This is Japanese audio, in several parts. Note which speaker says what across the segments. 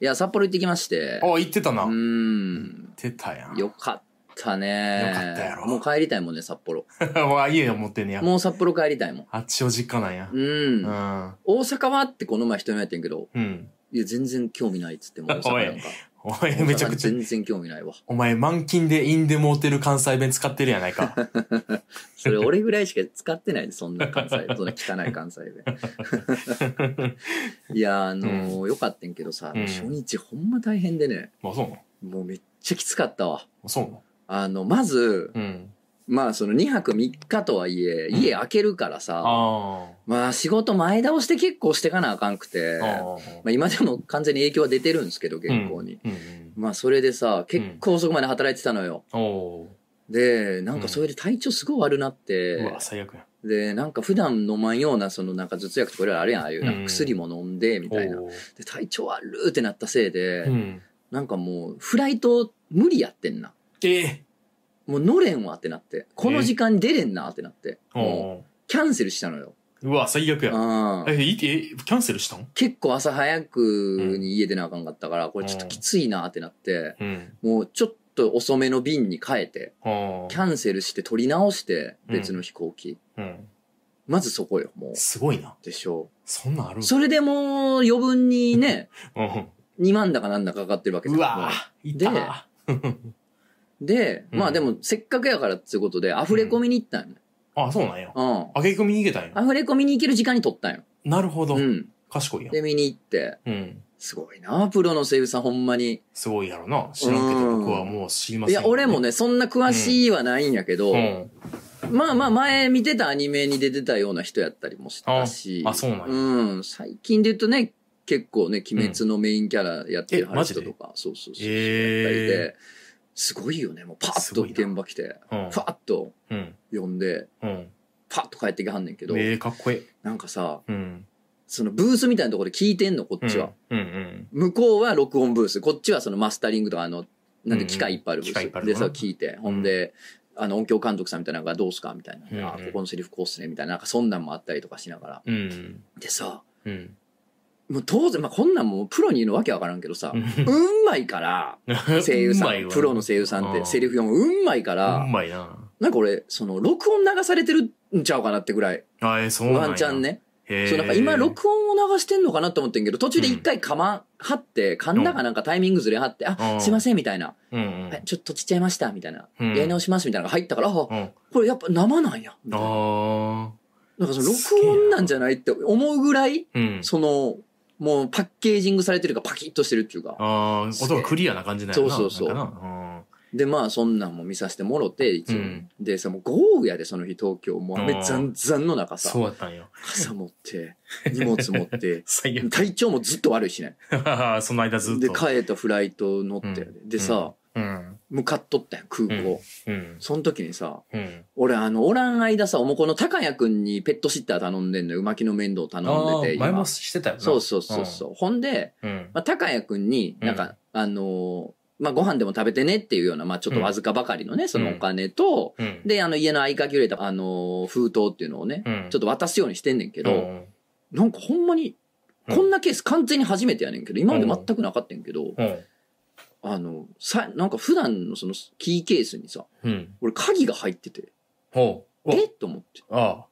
Speaker 1: いや、札幌行ってきまして。
Speaker 2: あ、行ってたな。
Speaker 1: う
Speaker 2: 行っ
Speaker 1: ん。
Speaker 2: てたやん。
Speaker 1: よかったね。
Speaker 2: よかったやろ
Speaker 1: もう帰りたいもんね、札幌。
Speaker 2: わ、家を持ってんねや。
Speaker 1: もう札幌帰りたいもん。
Speaker 2: あっちを実家なんや。
Speaker 1: うん。
Speaker 2: うん。
Speaker 1: 大阪はってこの前人にもやってんけど、
Speaker 2: うん。
Speaker 1: いや、全然興味ないっつっても、大阪なんか。
Speaker 2: お前 めちゃくちゃ
Speaker 1: 大阪、全然興味ないわ。
Speaker 2: お前満勤でインでモーテる関西弁使ってるやな いか。
Speaker 1: それ俺ぐらいしか使ってないで、そんな関 西、そんな汚い関西弁。いや、あのーよかったんけどさ、
Speaker 2: うん
Speaker 1: 初日ほんま大変でね、
Speaker 2: まあそうなの
Speaker 1: もうめっちゃきつかったわ。
Speaker 2: そうなの
Speaker 1: あの、まず、
Speaker 2: うん。
Speaker 1: まあその2泊3日とはいえ、
Speaker 2: うん
Speaker 1: 家開けるからさ、
Speaker 2: あ
Speaker 1: まあ仕事前倒して結構してかなあかんくて、
Speaker 2: あ。ああ。
Speaker 1: まあ今でも完全に影響は出てるんですけど、健康に。
Speaker 2: うんうん。
Speaker 1: まあそれでさ、結構遅くまで働いてたのよ。
Speaker 2: おー
Speaker 1: で、なんかそれで体調すごい悪なって、
Speaker 2: うわ、最悪やん。
Speaker 1: で、なんか普段飲まんような、そのなんか頭痛薬とかいろいろあるやん、ああいうなん
Speaker 2: う
Speaker 1: か
Speaker 2: ん
Speaker 1: 薬も飲んで、み
Speaker 2: お
Speaker 1: たいな。
Speaker 2: ー
Speaker 1: で、体調悪ーってなったせいで、
Speaker 2: うん。
Speaker 1: なんかもうフライト無理やってんな。
Speaker 2: ええ。
Speaker 1: もう乗れんわってなって、この時間に出れんなってなって、もう
Speaker 2: おー
Speaker 1: キャンセルしたのよ。
Speaker 2: うわ、最悪や。
Speaker 1: うん
Speaker 2: え、いえ、キャンセルしたん
Speaker 1: 結構朝早くに家出なあかんかったから、これちょっときついなってなって、
Speaker 2: うん。
Speaker 1: もうちょっと遅めの便に変えて、
Speaker 2: あ
Speaker 1: キ
Speaker 2: あ。
Speaker 1: ャンセルして取り直して、
Speaker 2: うん
Speaker 1: 別の飛行機。
Speaker 2: うん。
Speaker 1: まずそこよ、もう。
Speaker 2: すごいな。
Speaker 1: でしょ
Speaker 2: そんなんある
Speaker 1: う。それでもう余分にね、
Speaker 2: うん。
Speaker 1: 2万だかなんだかかかってるわけ
Speaker 2: う
Speaker 1: よ
Speaker 2: わーいたー。
Speaker 1: で、
Speaker 2: うん
Speaker 1: まあでもせっかくやからっていうことで、アフレコ見に行ったんよね。
Speaker 2: あ、そうなんや。
Speaker 1: うん。
Speaker 2: あげく見に行けたんや。
Speaker 1: アフレコ見に行ける時間に撮ったんよ。
Speaker 2: なるほど
Speaker 1: う。ん。
Speaker 2: 賢いやん
Speaker 1: で、。見に行って、
Speaker 2: うん。
Speaker 1: すごいな、プロの声優さんほんまに。
Speaker 2: すごいやろな。知らんけ
Speaker 1: う
Speaker 2: ど、
Speaker 1: ん
Speaker 2: 僕はもう知りま
Speaker 1: い
Speaker 2: せんよ。
Speaker 1: や、俺もね、そんな詳しいはないんやけど、
Speaker 2: うん。
Speaker 1: まあまあ前見てたアニメに出てたような人やったりもしたし。
Speaker 2: あ、そうなんや。
Speaker 1: うん。最近で言うとね、結構ね、鬼滅のメインキャラやってる
Speaker 2: うんえマジ
Speaker 1: 人
Speaker 2: で
Speaker 1: とか、そうそうそう。やったり
Speaker 2: え
Speaker 1: で、すごいよね。もうパッ
Speaker 2: す
Speaker 1: と
Speaker 2: ごいな
Speaker 1: 現場来て、
Speaker 2: えー。
Speaker 1: パッと
Speaker 2: うん。うん。
Speaker 1: 呼んで、
Speaker 2: うん。
Speaker 1: パッと帰ってきはんねんけど、
Speaker 2: ええ、かっこえ
Speaker 1: なんかさ、
Speaker 2: え。うん。
Speaker 1: そのブースみたいなところで聞いてんの、こ
Speaker 2: う
Speaker 1: っ
Speaker 2: ん
Speaker 1: ちは。。
Speaker 2: うんうん。
Speaker 1: 向こうは録音ブース、こっちはそのマスタリングとか、あの、なん
Speaker 2: う
Speaker 1: で
Speaker 2: んうん
Speaker 1: 機械いっぱいあるブ
Speaker 2: 機械いっ
Speaker 1: ー
Speaker 2: ぱいあ
Speaker 1: スで
Speaker 2: るとこ
Speaker 1: さ、
Speaker 2: な
Speaker 1: 聞いて、ほんで、あの音響監督さんみたいなのがどうすかみたいな、
Speaker 2: うんうん
Speaker 1: あここのセリフこうっすねみたいな、なんかそんなんもあったりとかしながら。
Speaker 2: うん。
Speaker 1: でさ、
Speaker 2: うん。
Speaker 1: もう当然、まあ、こんなんもうプロに言うのわけわからんけどさ、うんまいから、声優 さん、プロの声優さんっ
Speaker 2: う
Speaker 1: て
Speaker 2: ん
Speaker 1: セリフ読むうんまいか
Speaker 2: 優う
Speaker 1: ら
Speaker 2: ん、まいな。
Speaker 1: なんか俺、その録音流されてるんちゃうかなってぐらい、
Speaker 2: あえー、そうなんや。
Speaker 1: ワンチャン。ね。
Speaker 2: へえ。
Speaker 1: そうなんか今録音を流してんのかなと思ってんけど途中で一回かまはって噛んだかなんかタイミングずれはって「
Speaker 2: う
Speaker 1: あ
Speaker 2: ん
Speaker 1: すいません」みたいな
Speaker 2: うん
Speaker 1: 「はいちょっとちっちゃいました」みたいな
Speaker 2: う
Speaker 1: 「
Speaker 2: ん。
Speaker 1: やり直します」みたいなのが入ったから「あこ
Speaker 2: うん。あ
Speaker 1: れやっぱ生なんや」みたいな
Speaker 2: あ。
Speaker 1: なんかその録音なんじゃないって思うぐらい
Speaker 2: うん。
Speaker 1: そのもうパッケージングされてるからパキッとしてるっていうか
Speaker 2: ああ、
Speaker 1: す
Speaker 2: 音
Speaker 1: げえ
Speaker 2: がクリアな感じなんやな
Speaker 1: そうそうそう
Speaker 2: なんかな
Speaker 1: でまあそんなんも見させてもろて一応
Speaker 2: うん
Speaker 1: でさもう豪雨やでその日東京もう雨ざんざんの中
Speaker 2: うん
Speaker 1: さ
Speaker 2: そうやったんよ。
Speaker 1: 傘持って荷物持って
Speaker 2: 最悪。
Speaker 1: 体調もずっと悪いしね
Speaker 2: その間ずっと。
Speaker 1: で帰ったフライト乗って、でさ、
Speaker 2: うん。
Speaker 1: 向かっとったんや空港、
Speaker 2: うん。
Speaker 1: その時にさ
Speaker 2: うん。
Speaker 1: 俺あのおらん間さおもこの高谷くんにペットシッター頼んでんのよ馬木の面倒頼んでて
Speaker 2: ー
Speaker 1: 今
Speaker 2: 前もしてたよな。
Speaker 1: そうそうそうそう、ほんで、
Speaker 2: うん。うん。
Speaker 1: まあ、高谷くんになんか、あのーまあ、ご飯でも食べてねっていうような、まあ、ちょっとわずかばかりのね、そのお金と、
Speaker 2: うん。
Speaker 1: で、あの、家の合鍵を入れた、あのー封筒っていうのをね、
Speaker 2: うん、
Speaker 1: ちょっ
Speaker 2: っ
Speaker 1: と渡すようにしてんねんけ
Speaker 2: と
Speaker 1: ど、なんかほんまに、
Speaker 2: うん
Speaker 1: こんなケース完全に初めてやねんけど、今まで全くなかったんやけど、
Speaker 2: うん。
Speaker 1: あの、さ、なんか普段のそのキーケースにさ、
Speaker 2: うん。
Speaker 1: 俺鍵が入ってて、
Speaker 2: ほう。
Speaker 1: えっと思って、
Speaker 2: おあ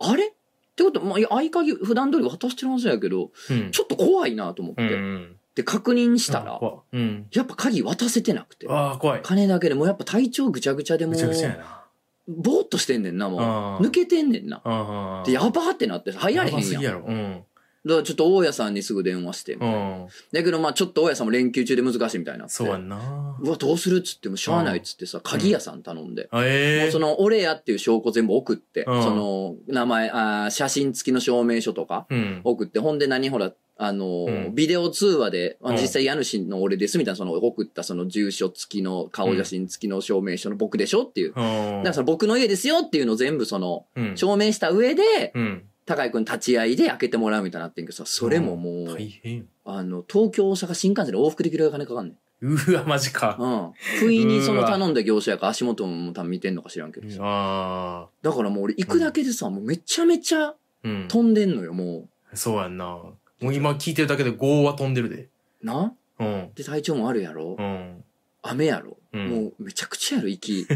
Speaker 2: あ。
Speaker 1: あれってこと、まあ、いや合鍵普段通り渡してるはずやけど、
Speaker 2: うん。
Speaker 1: ちょっと怖いなと思って、
Speaker 2: うんうん。
Speaker 1: で、確認したら、
Speaker 2: うん。
Speaker 1: やっぱ鍵渡せてなくて、
Speaker 2: ああ、怖い。
Speaker 1: 金だけでもうやっぱ体調ぐちゃぐちゃでも
Speaker 2: ぐ
Speaker 1: う
Speaker 2: ちゃ、ぐちゃやな。
Speaker 1: ぼーっとしてんねんな、も
Speaker 2: あ
Speaker 1: う。
Speaker 2: ー
Speaker 1: 抜けてんねんな。
Speaker 2: ああ。
Speaker 1: で、やばーってなって、入られへん
Speaker 2: ばす
Speaker 1: やん。
Speaker 2: ぎ
Speaker 1: だ
Speaker 2: や
Speaker 1: か
Speaker 2: ろ。うん。
Speaker 1: らちょっと大家さんにすぐ電話して、
Speaker 2: うん。
Speaker 1: だけどまあちょっと大家さんも連休中で難しいみたいになって。
Speaker 2: そうやんな。
Speaker 1: うわ、どうするっつってもしゃあないっつってさ、鍵屋さん頼んで。
Speaker 2: あえ
Speaker 1: も
Speaker 2: え。
Speaker 1: うその、俺やっていう証拠全部送って、
Speaker 2: うん
Speaker 1: その、名前、あー写真付きの証明書とか
Speaker 2: うん。
Speaker 1: 送って、ほんで何ほら、あのー
Speaker 2: うん
Speaker 1: ビデオ通話で、あ
Speaker 2: うん
Speaker 1: 実際家主の俺ですみたいな、その送ったその住所付きの顔写真付きの証明書の僕でしょっていう。
Speaker 2: うん
Speaker 1: だからその僕の家ですよっていうのを全部その、
Speaker 2: うん。
Speaker 1: 証明した上で、
Speaker 2: うん。
Speaker 1: 高井くん立ち会いで開けてもらうみたいになってんけどさ、それももう、
Speaker 2: 大変。
Speaker 1: あの、東京大阪新幹線で往復できる金かかんねん。
Speaker 2: うわ、マジか。
Speaker 1: うん。不意にその頼んだ業者やから足元も多分見てんのか知らんけどさ。
Speaker 2: ああ。
Speaker 1: だからもう俺行くだけでさ、もうめちゃめちゃ
Speaker 2: うん。
Speaker 1: 飛んでんのよ、も
Speaker 2: そうやんな。もう今聞いてるだけで5は飛んでるで。
Speaker 1: う。な
Speaker 2: うん。
Speaker 1: で、体調も悪いやろ
Speaker 2: うん。
Speaker 1: 雨やろ
Speaker 2: うん
Speaker 1: もうめちゃくちゃやろ、 息。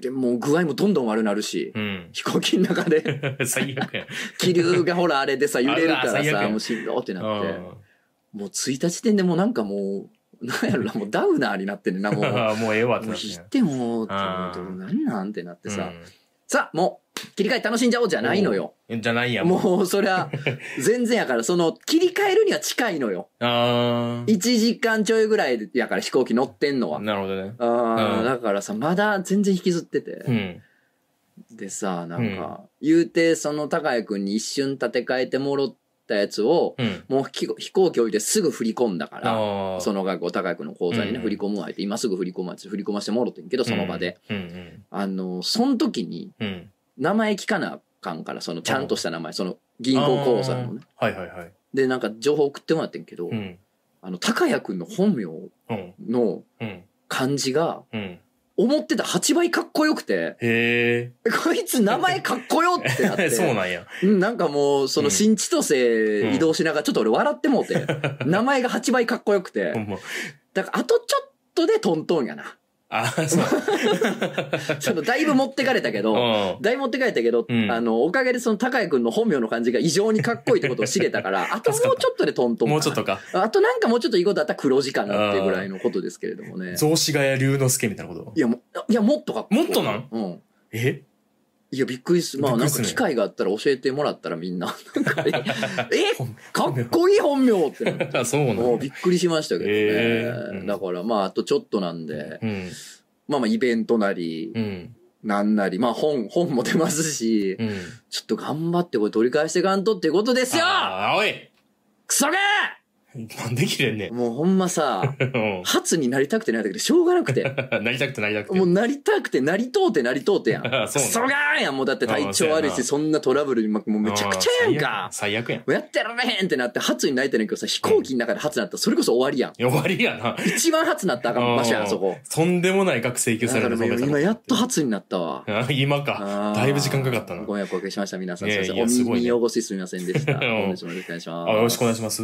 Speaker 1: で、もう具合もどんどん悪なるし。
Speaker 2: うん。
Speaker 1: 飛行機の中で、
Speaker 2: 最悪や。
Speaker 1: 気流がほらあれでさ、揺れるか
Speaker 2: あう
Speaker 1: ら
Speaker 2: わ最悪
Speaker 1: さ、
Speaker 2: や
Speaker 1: もうしんどって
Speaker 2: う
Speaker 1: なって。
Speaker 2: ん。
Speaker 1: もう着いた時点でもうなんかもう、なんやろ な、もうダウナーになってんねんな、もう。も
Speaker 2: あ あ、もうええわって
Speaker 1: う
Speaker 2: なって
Speaker 1: 引っ
Speaker 2: んや。
Speaker 1: てもう、って
Speaker 2: あー
Speaker 1: 思うとなんなんってなってさ、
Speaker 2: うん
Speaker 1: さあ、もう、切り替え楽しんじゃおうじゃないのよ。
Speaker 2: じゃないやん。う。
Speaker 1: もう、そりゃ、全然やから、その、切り替えるには近いのよ。
Speaker 2: あ
Speaker 1: 1時間ちょいぐらいやから飛行機乗ってんの
Speaker 2: あ。
Speaker 1: は。
Speaker 2: なるほどね。
Speaker 1: あ
Speaker 2: う
Speaker 1: ー
Speaker 2: ん
Speaker 1: だからさ、まだ全然引きずってて。
Speaker 2: うん。
Speaker 1: でさ、なんか、言うて、その高谷くんに一瞬立て替えてもろったやつを、
Speaker 2: うん。
Speaker 1: もう飛行飛行機置いてすぐ振り込んだから、
Speaker 2: ああ。
Speaker 1: その学校、高井君の口座にね、
Speaker 2: うん
Speaker 1: 振り込むわれて、今すぐ振り込ま振り込ましてもろてんけど、その場で。。
Speaker 2: うん
Speaker 1: あの、その時に、
Speaker 2: うん。うん。
Speaker 1: 名前聞かなあかんから、その、ちゃんとした名前、その、銀行口座のね。
Speaker 2: あー。はいはいはい。
Speaker 1: で、なんか、情報送ってもらってんけど、
Speaker 2: うん。
Speaker 1: あの、高谷君の本名
Speaker 2: うん。
Speaker 1: の
Speaker 2: うん。
Speaker 1: 漢字が、
Speaker 2: うん。
Speaker 1: 思ってた8倍かっこよくて、
Speaker 2: へ
Speaker 1: えこいつ名前かっこよってなって。
Speaker 2: え。そうなんや。
Speaker 1: うんなんかもう、そうの、
Speaker 2: ん
Speaker 1: 新千歳移動しながら、ちょっと俺笑ってもうて、 名前が8倍かっこよくて
Speaker 2: ほ、んま。
Speaker 1: だから、あとちょっとでトントンや な。
Speaker 2: ああ、そう。
Speaker 1: ちょっとだいぶ持ってかれたけど、
Speaker 2: う
Speaker 1: 大持って帰ったけど、
Speaker 2: うん
Speaker 1: あの、おかげでその高谷くんの本名の感じが異常にかっこいいってことを知れた から、あともうちょっとでトント
Speaker 2: ん。
Speaker 1: ン。
Speaker 2: もうちょっ。とか。
Speaker 1: あとなんかもうちょっといいことあったら黒字かなっていうぐらいのことですけれどもね。
Speaker 2: 雑司ヶ谷龍之介みたいなこと
Speaker 1: いや、もう、いや、もっとかっこいい
Speaker 2: もっとなん
Speaker 1: うん。
Speaker 2: え
Speaker 1: いや、びっくりする。まあ、
Speaker 2: び
Speaker 1: な
Speaker 2: っく
Speaker 1: ん
Speaker 2: りす
Speaker 1: か
Speaker 2: る
Speaker 1: 機会があったら教えてもらったらみん な。なんかえ、かっこいい本名ってなって。
Speaker 2: あ、そうなん
Speaker 1: もう
Speaker 2: や
Speaker 1: びっくりしましたけどね。
Speaker 2: へーうん
Speaker 1: だからまあ、あとちょっとなんで、
Speaker 2: うん。
Speaker 1: まあまあ、イベントなり、
Speaker 2: うん。
Speaker 1: なんなり、まあ本、本も出ますし、
Speaker 2: うん。
Speaker 1: ちょっと頑張ってこれ取り返していかんとっていうことですよ
Speaker 2: あーおい
Speaker 1: クソゲ
Speaker 2: なんで切れんねん
Speaker 1: ー。もうほんま さ、
Speaker 2: うん
Speaker 1: 初になりたくてなりたくてしょうがなくて。
Speaker 2: なりたくてなりたくて。
Speaker 1: もうなりたくてなりとうてなりとうてやん。
Speaker 2: あ
Speaker 1: ク
Speaker 2: そうなん
Speaker 1: ソゲーやんもうだって体調悪い
Speaker 2: あそうや
Speaker 1: し、
Speaker 2: な
Speaker 1: そんなトラブルにもうめちゃくちゃやん
Speaker 2: あ
Speaker 1: か
Speaker 2: ー。最悪やん。
Speaker 1: もうやってられへんってなって、初になりたいねんけどさ、飛行機の中で初になったらそれこそ終わりやん。
Speaker 2: 終わりやな。
Speaker 1: 一番初になったらあかん場所やん、あそこ。
Speaker 2: とんでもない額請求
Speaker 1: だ
Speaker 2: さ
Speaker 1: か
Speaker 2: れ
Speaker 1: ら
Speaker 2: る
Speaker 1: もう今やっと初になったわ。
Speaker 2: あ今か
Speaker 1: あ。ー
Speaker 2: だいぶ時間かかったな。
Speaker 1: ご迷惑おかけしました、皆さん。
Speaker 2: い
Speaker 1: すいま
Speaker 2: やい
Speaker 1: せ
Speaker 2: や
Speaker 1: ん。お
Speaker 2: すごいね
Speaker 1: 耳汚しすみませんでした。
Speaker 2: うん
Speaker 1: 本日もよろしくお願いしま
Speaker 2: あ
Speaker 1: す。
Speaker 2: よろしくお願いします。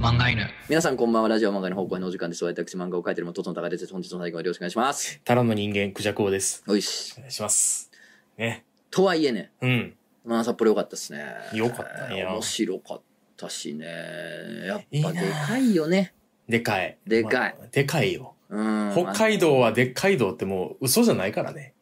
Speaker 3: 漫画犬
Speaker 1: 皆さんこんばんは。ラジオ漫画の方向へのお時間です。私漫画を描いてるもとつの高です。本日の最後はよろしくお願いします。
Speaker 2: タラの人間、クジャク王です。
Speaker 1: よいし
Speaker 2: お。願いします。ね。
Speaker 1: とはいえね、
Speaker 2: うん。
Speaker 1: まあ札幌良かったですね。
Speaker 2: 良かったね
Speaker 1: 面白かったしね。やっ
Speaker 2: いい
Speaker 1: ぱ
Speaker 2: な
Speaker 1: でかいよね。
Speaker 2: でかい。
Speaker 1: でかい
Speaker 2: まあ。でかいよ。
Speaker 1: うん。
Speaker 2: 北海道はでっかい道ってもう嘘じゃないからね。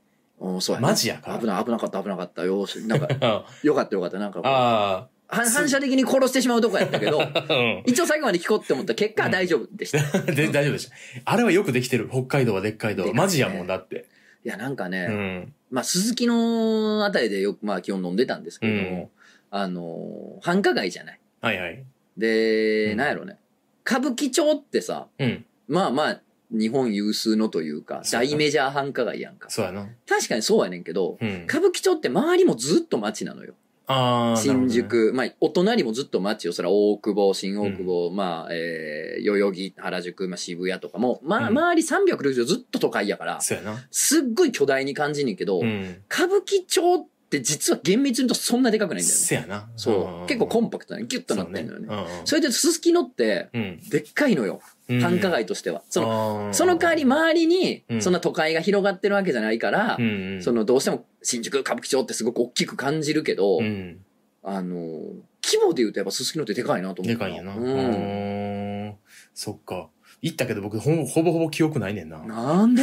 Speaker 1: うん、そうやね
Speaker 2: マジやから
Speaker 1: 危。ない、危なかった、危なかった。よーし、なんか、
Speaker 2: あ
Speaker 1: よかったよかった。なんかこう、
Speaker 2: あ
Speaker 1: 反反射的に殺してしまうとこやったけ ど、
Speaker 2: ー。
Speaker 1: 一応最後まで聞こうって思ったら結果は大丈夫でした。い
Speaker 2: うん。で、大丈夫でした。あれはよくできてる。北海道はでっかい
Speaker 1: でか
Speaker 2: 道。
Speaker 1: いね
Speaker 2: マジやもんだって。
Speaker 1: や、なんかね、
Speaker 2: うん。
Speaker 1: まあ、鈴木のあたりでよく、まあ、基本飲んでたんですけれども、あのー、繁華街じゃない。
Speaker 2: はいはい。
Speaker 1: で、
Speaker 2: うん
Speaker 1: なんやろね。歌舞伎町ってさ、
Speaker 2: うん。
Speaker 1: まあまあ、日本有数のというか、
Speaker 2: そうやな
Speaker 1: 大メジャー繁華街やんか。
Speaker 2: そうやな。
Speaker 1: 確かにそうやねんけど、
Speaker 2: うん。
Speaker 1: 歌舞伎町って周りもずっと街なのよ。
Speaker 2: ああ。
Speaker 1: 新
Speaker 2: なるほどね。
Speaker 1: 宿、まあ、お隣もずっと街よ。そら、大久保、新大久保、まあ、えー、代々木、原宿、まあ、渋谷とかも、まあ、
Speaker 2: うん
Speaker 1: 周り360度ずっと都会やから、
Speaker 2: そうやな。
Speaker 1: すっごい巨大に感じんねんけど、
Speaker 2: うん。
Speaker 1: 歌舞伎町って実は厳密に言うとそんなでかくないんだよね。
Speaker 2: せやな。
Speaker 1: そう。結構コンパクトなね。ギュッと
Speaker 2: ト
Speaker 1: なってんのよね。
Speaker 2: ね。
Speaker 1: それで、すすきのって、
Speaker 2: うん
Speaker 1: でっかいのよ。
Speaker 2: うん。
Speaker 1: 繁華街としては。その、
Speaker 2: の
Speaker 1: その代わり周りに
Speaker 2: う、ん
Speaker 1: そんな都会が広がってるわけじゃないから
Speaker 2: う、んうん。
Speaker 1: その、どうしても新宿、歌舞伎町ってすごく大きく感じるけど
Speaker 2: う、ん。
Speaker 1: あのー、規模で言うとやっぱすすきのってでかいなと思う。
Speaker 2: でかいんやな。う
Speaker 1: うん。
Speaker 2: ーん。そっか。行ったけど僕ほぼほぼほぼ記憶ないねんな。
Speaker 1: なんで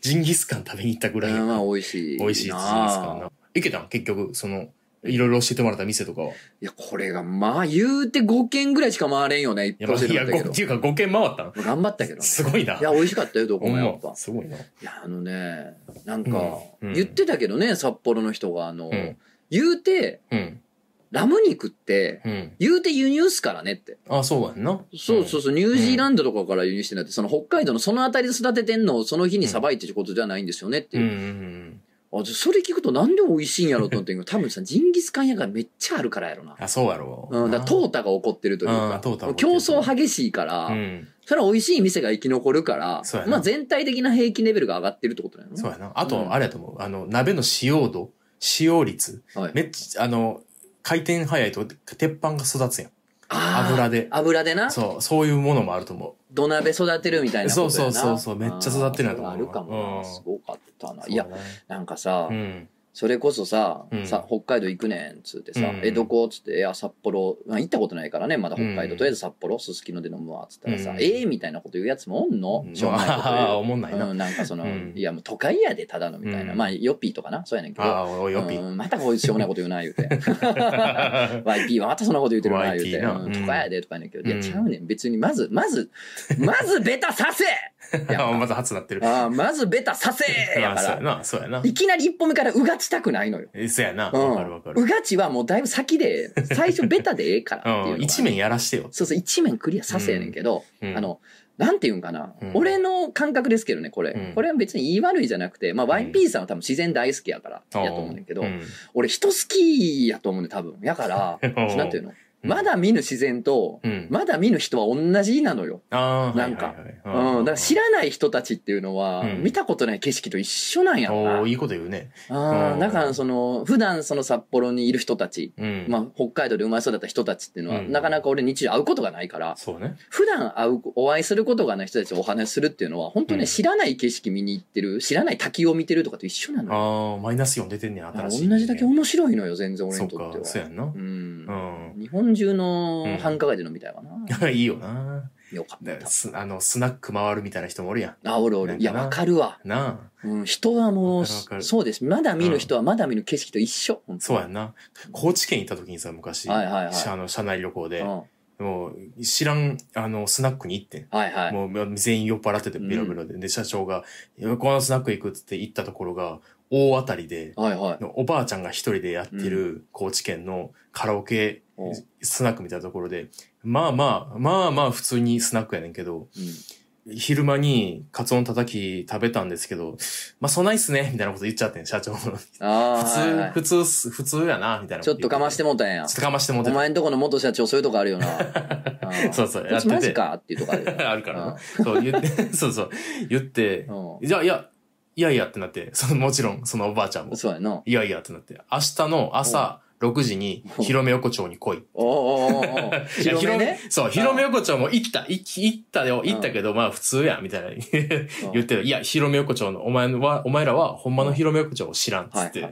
Speaker 2: ジンギスカン食べに行ったぐらいや。
Speaker 1: まあ、美味しい。
Speaker 2: 美味しいジン
Speaker 1: な
Speaker 2: ギスカン
Speaker 1: あ
Speaker 2: な。行けたん結局、その、いろいろ教えてもらった店とかは。
Speaker 1: いや、これが、まあ、言うて5軒ぐらいしか回れんよね。一
Speaker 2: いや、まあ
Speaker 1: 発
Speaker 2: い
Speaker 1: で
Speaker 2: や、
Speaker 1: だった
Speaker 2: ご
Speaker 1: けど
Speaker 2: っていうか5軒回ったん
Speaker 1: 頑張ったけど。
Speaker 2: すごいな。
Speaker 1: いや、美味しかったよ、どこ
Speaker 2: ほん
Speaker 1: も
Speaker 2: ま
Speaker 1: やっぱ。
Speaker 2: すごいな。
Speaker 1: いや、あのね、なんか、
Speaker 2: うんうん
Speaker 1: 言ってたけどね、札幌の人が、あの、
Speaker 2: うん。
Speaker 1: 言うて、
Speaker 2: うん。
Speaker 1: ラム肉って、
Speaker 2: うん。
Speaker 1: 言うて輸入っすからねって。
Speaker 2: あ、そうやんな。
Speaker 1: そうそうそう、ニュージーランドとかから輸入してんだって、その北海道のその辺りで育ててんのをその日にさばいてることではないんですよねって
Speaker 2: う
Speaker 1: い
Speaker 2: ん。
Speaker 1: う。
Speaker 2: うん。
Speaker 1: あじゃあそれ聞くとなんで美味しいんやろと思 ってんけど、多分さ、ジンギスカン屋がめっちゃあるからやろな。
Speaker 2: あ、そうやろ
Speaker 1: うん、だから淘汰が起こってるというか
Speaker 2: あー淘汰が起こってる、
Speaker 1: 競争激しいから、
Speaker 2: うん。
Speaker 1: それは美味しい店が生き残るから
Speaker 2: そうや、な
Speaker 1: まあ全体的な平均レベルが上がってるってことだよね。
Speaker 2: そうやな。あ
Speaker 1: うん
Speaker 2: と、あれやと思う。あの、鍋の使用度、使用率。
Speaker 1: はい
Speaker 2: めっちゃ、あの、回転早いと、鉄板が育つやん。
Speaker 1: あー
Speaker 2: 油で。
Speaker 1: 油でな、
Speaker 2: そう、そういうものもあると思
Speaker 1: 土鍋育てるみたいなことやな。
Speaker 2: そうそうそうそうめっちゃ育ってるなと思
Speaker 1: あ
Speaker 2: う
Speaker 1: ーあるかも
Speaker 2: う
Speaker 1: な。
Speaker 2: ん
Speaker 1: すごかったな。
Speaker 2: う。
Speaker 1: いや
Speaker 2: そう、だね、
Speaker 1: なんかさ
Speaker 2: う、ん。
Speaker 1: それこそさ、
Speaker 2: うん
Speaker 1: さ北海道行くねんっつってさ、
Speaker 2: うん
Speaker 1: えどこっつっていや札幌、まあ、行ったことないからねまだ北海道、
Speaker 2: うん
Speaker 1: とりあえず札幌すすきので飲むわっつったらさ、
Speaker 2: うん
Speaker 1: ええみたいなこと言うやつもおんの、しょうもないこと
Speaker 2: ああ、
Speaker 1: 言う
Speaker 2: 思んないな。
Speaker 1: うん、なんかその、
Speaker 2: うん
Speaker 1: いやもう都会やでただのみたいな、
Speaker 2: うん
Speaker 1: まあヨッピーとかなそうやねんけど
Speaker 2: ああ、おいよっぴ。
Speaker 1: うんまたこいつしょうもないこと言うな言うて YP はまたそんなこと言うてるな言うて、
Speaker 2: YP な
Speaker 1: うん、都会やでとかやねんけど、い
Speaker 2: うん
Speaker 1: やちゃうねん別にまずまず まずベタさせや
Speaker 2: また初なってる。
Speaker 1: ああまずベタさせや
Speaker 2: あ
Speaker 1: か
Speaker 2: そうや
Speaker 1: ら
Speaker 2: な、そうやな。
Speaker 1: いきなり一歩目からうがちたくないのよ
Speaker 2: えそうやな。
Speaker 1: うん
Speaker 2: わかるわかる。
Speaker 1: うがちはもうだいぶ先で、最初ベタでええからっていうのが
Speaker 2: うん。一面やらしてよ。
Speaker 1: そうそう、一面クリアさせやねんけど、
Speaker 2: うん
Speaker 1: あ、の、なんていうんかな、
Speaker 2: うん
Speaker 1: 俺の感覚ですけどね、これ。
Speaker 2: うん
Speaker 1: これは別に言い悪いじゃなくて、まあ、
Speaker 2: ん
Speaker 1: ワインピースさんは多分自然大好きやから、
Speaker 2: あー
Speaker 1: やと思うねんけど、
Speaker 2: うん
Speaker 1: 俺人好きやと思うねん、多分。や から、なんていうの、ま、だ見ぬ自然と、
Speaker 2: うん、
Speaker 1: まだ見ぬ人は同じなのよ。
Speaker 2: あー
Speaker 1: なんか
Speaker 2: はいはいはい
Speaker 1: うん。だから知らない人たちっていうのは、
Speaker 2: うん
Speaker 1: 見たことない景色と一緒なんやろな
Speaker 2: おーいいこと言うね。
Speaker 1: あ
Speaker 2: う
Speaker 1: ー。
Speaker 2: ん
Speaker 1: だからその、普段その札幌にいる人たち
Speaker 2: うん。
Speaker 1: まあ、北海道で生まれ育った人たちっていうのは、
Speaker 2: うん
Speaker 1: なかなか俺日常会うことがないから、
Speaker 2: そうね。
Speaker 1: 普段会う、お会いすることがない人たちとお話しするっていうのは、本当ね、
Speaker 2: うん
Speaker 1: 知らない景色見に行ってる、知らない滝を見てるとかと一緒なのよ。
Speaker 2: ああ、マイナス4出てんねん、
Speaker 1: だから
Speaker 2: 新しい、
Speaker 1: 同じだけ面白いのよ、全然俺
Speaker 2: そ
Speaker 1: に
Speaker 2: う
Speaker 1: とっ
Speaker 2: か
Speaker 1: て、は。
Speaker 2: そうやん
Speaker 1: う
Speaker 2: な。
Speaker 1: ん。日本中の繁華街で飲みたいわな。
Speaker 2: いいよな。
Speaker 1: よ かっ
Speaker 2: だ
Speaker 1: た。
Speaker 2: すあの、スナック回るみたいな人もおるや
Speaker 1: あ、おるお
Speaker 2: な
Speaker 1: る。
Speaker 2: ん
Speaker 1: い
Speaker 2: かな
Speaker 1: や、わかるわ。
Speaker 2: ん。なあ。
Speaker 1: うん、人はも
Speaker 2: わ
Speaker 1: う、
Speaker 2: かるわかる
Speaker 1: そうです。まだ見ぬ人はまだ見ぬ景色と一緒。本当
Speaker 2: そうやんな。高知県行った時にさ、昔、
Speaker 1: はいはいはい
Speaker 2: しあの社内旅行で、
Speaker 1: うん
Speaker 2: もう、知らん、あの、スナックに行ってん。
Speaker 1: はいはい。
Speaker 2: もう全員酔っ払っててベロベロで、で社長が「このスナック行く」っつって行ったところが大当たりで
Speaker 1: はいはい。
Speaker 2: おばあちゃんが一人でやってる高知県のカラオケ
Speaker 1: おう
Speaker 2: スナックみたいなところでまあまあまあまあ普通にスナックやねんけど
Speaker 1: う
Speaker 2: 昼間にカツオのたたき食べたんですけどまあそないっすねみたいなこと言っちゃってん社長も普
Speaker 1: んああ、はい
Speaker 2: 通
Speaker 1: はい
Speaker 2: 普通っす普通やなみたいな
Speaker 1: ちょっとかまして
Speaker 2: も
Speaker 1: もうたんや
Speaker 2: ちょっ。とかましてもう
Speaker 1: お
Speaker 2: て
Speaker 1: 前んとこの元社長そういうとこあるよな。ん
Speaker 2: そうそう
Speaker 1: こい
Speaker 2: やっ
Speaker 1: つ
Speaker 2: てて
Speaker 1: マジかっていうとこあるよな。
Speaker 2: あるからなそう言って そうそう言って
Speaker 1: うん
Speaker 2: じゃあ、いや、いやいやってなって、そのもちろん、そのおばあちゃん
Speaker 1: う
Speaker 2: も
Speaker 1: ん。、そうやな。
Speaker 2: いやいやってなって、明日の朝6時に
Speaker 1: おう
Speaker 2: 広め横丁に来い。
Speaker 1: おうおうおうおう
Speaker 2: いや
Speaker 1: 広めね。
Speaker 2: そう、広め横丁も行った、行き行ったよ、行ったけど、まあ普通や、みたいな言ってる。いや、広め横丁の、お前は、お前らは、ほんまの広め横丁を知らん、つっ
Speaker 1: うんは
Speaker 2: て
Speaker 1: い。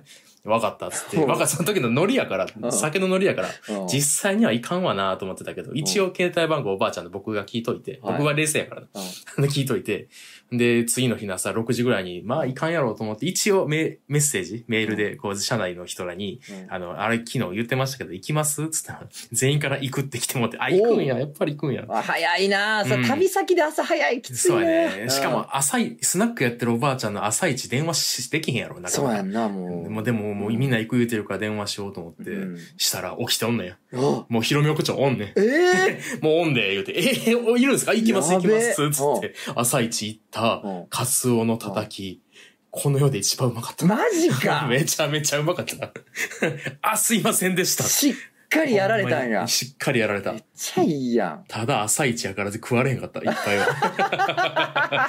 Speaker 2: わかったっつって。
Speaker 1: うん
Speaker 2: わかった、その時のノリやから
Speaker 1: う、ん
Speaker 2: 酒のノリやから、
Speaker 1: うん
Speaker 2: 実際にはいかんわなと思ってたけど、一応携帯番号おばあちゃんと僕が聞いといて、
Speaker 1: はい
Speaker 2: 僕は冷静やから、
Speaker 1: うん
Speaker 2: 聞いといて、で、次の日の朝6時ぐらいに、まあいかんやろうと思って、一応メメッセージ、メールで、こう、社内の人らに、
Speaker 1: うん
Speaker 2: あの、あれ昨日言ってましたけど、行きますつったら、全員から行くって来てもらって、あ、行くんや、やっぱり行くんや。
Speaker 1: あ早いなあさ
Speaker 2: うん
Speaker 1: 旅先で朝早いきつい
Speaker 2: そう
Speaker 1: ね
Speaker 2: やね。しか
Speaker 1: うん
Speaker 2: も、朝い、スナックやってるおばあちゃんの朝一電話しできへんやろ、なかなか
Speaker 1: そうやんなもう
Speaker 2: もうでも、もうみんな行く言うてるから電話しようと思って、
Speaker 1: うん
Speaker 2: したら起きておんねん。
Speaker 1: あ
Speaker 2: もう広め横丁おんねん。
Speaker 1: ええ
Speaker 2: もうおんで、言うて、ええおいるんですか行きます
Speaker 1: や
Speaker 2: 行き
Speaker 1: べえ
Speaker 2: ますつって、朝一行った
Speaker 1: うん、
Speaker 2: カツオのたたき、この世で一番うまかった。
Speaker 1: マジか
Speaker 2: めちゃめちゃうまかった。 あ、すいませんでした。
Speaker 1: しっかりやられたん
Speaker 2: ほま
Speaker 1: や
Speaker 2: にしっかりやられた
Speaker 1: めっ。ちゃいいやん
Speaker 2: ただ朝一やからで食われへんかった、いっぱいは。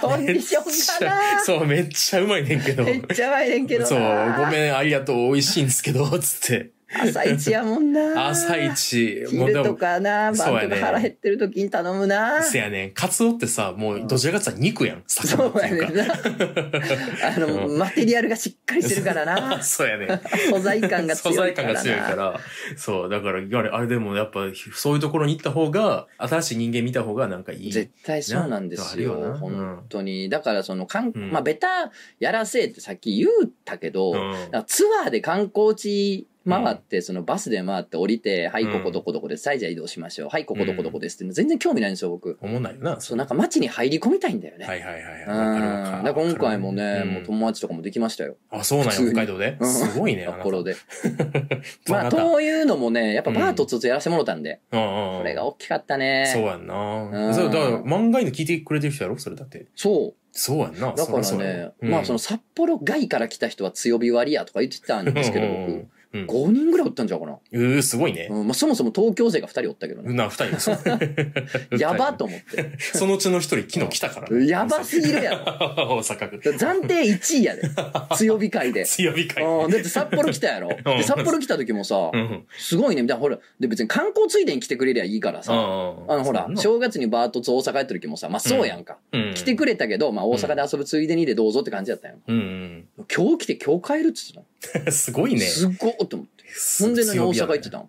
Speaker 1: コンデ
Speaker 2: め
Speaker 1: ィ
Speaker 2: っち
Speaker 1: シ
Speaker 2: ゃ
Speaker 1: ョンかな
Speaker 2: そう、めっちゃうまいねんけど。
Speaker 1: めっちゃ前ねん けどな
Speaker 2: そう、ごめん、ありがとう、美味しいんですけど、つって。
Speaker 1: 朝一やもんな
Speaker 2: 朝一、もうで
Speaker 1: 昼と
Speaker 2: も、
Speaker 1: かな
Speaker 2: そうや
Speaker 1: 晩
Speaker 2: ね
Speaker 1: とか腹減ってる時に頼むな
Speaker 2: せやねん。カツオってさ、もう、どちらかって言ったら肉やん。魚
Speaker 1: そ
Speaker 2: っ
Speaker 1: うや
Speaker 2: ていう
Speaker 1: ね
Speaker 2: か。
Speaker 1: ん。な。あの、マテリアルがしっかりしてるからな
Speaker 2: そうやねん。
Speaker 1: 素材感が
Speaker 2: 素
Speaker 1: 強い
Speaker 2: 材
Speaker 1: か
Speaker 2: 感
Speaker 1: ら
Speaker 2: が
Speaker 1: な。
Speaker 2: 強いから。そう、だから、いわゆるあれでもやっぱ、そういうところに行った方が、新しい人間見た方がなんかいい。
Speaker 1: 絶対そうなんですよ
Speaker 2: なあるよな
Speaker 1: 本当にだからそのかん、
Speaker 2: うん
Speaker 1: まあベタやらせえってさっき言ったけど、
Speaker 2: う
Speaker 1: だか
Speaker 2: ん。
Speaker 1: らツアーで観光地回って、そのバスで回って降りて、はい、ここどこどこです。はい、じゃあ移動しましょう。はい、ここどこどこですっていうの全然興味ないんですよ、僕。
Speaker 2: 思わないよな。
Speaker 1: そう、なんか街に入り込みたいんだよね。
Speaker 2: はいはいはい。
Speaker 1: うん。
Speaker 2: わかるわかる
Speaker 1: だから今回もね、
Speaker 2: うん
Speaker 1: もう友達とかもできましたよ。
Speaker 2: あ、そうなんや、
Speaker 1: 普通に
Speaker 2: 北海道で。
Speaker 1: うん
Speaker 2: すごいね。
Speaker 1: ところで。
Speaker 2: あな
Speaker 1: まあ、
Speaker 2: たどな
Speaker 1: というのもね、やっぱバーとつつやらせてもろたんで、
Speaker 2: たうんうんうん
Speaker 1: これが大きかったね。
Speaker 2: そうやんな。そう、だから、漫画犬聞いてくれてる人やろそれだって。
Speaker 1: そう。
Speaker 2: そうやん
Speaker 1: だ
Speaker 2: な。
Speaker 1: から
Speaker 2: そらそうや
Speaker 1: ね
Speaker 2: わ、
Speaker 1: まあその、札幌外から来た人は強火割りやとか言ってたんです けど、僕、5人ぐらいおったんちゃうかな。
Speaker 2: 僕。うん、すごいね。
Speaker 1: うんまあ、そもそも東京勢が2人おったけどね。
Speaker 2: な、二 人。そう
Speaker 1: やばと思って。
Speaker 2: そのうちの一人、昨日来たからね。
Speaker 1: やばすぎるやろ。だか
Speaker 2: 大阪区。
Speaker 1: ら暫定1位やで。強火会で。
Speaker 2: 強火会。
Speaker 1: うんだって札幌来た やろ。で札幌来た時もさ
Speaker 2: う、ん。
Speaker 1: すごいね。みたいな、ほら、で別に観光ついでに来てくれりゃいいからさ。あのほら、正月にバートツ大阪やった時もさ、まあそうやんか。来て
Speaker 2: く
Speaker 1: くれたけど、まあ大阪で遊ぶついでにでどうぞって感じだったんよ。
Speaker 2: うん。
Speaker 1: 今日来て今日帰るっつってたの。
Speaker 2: すごいね。
Speaker 1: すっごいと思って。ほんで何大阪行ってたの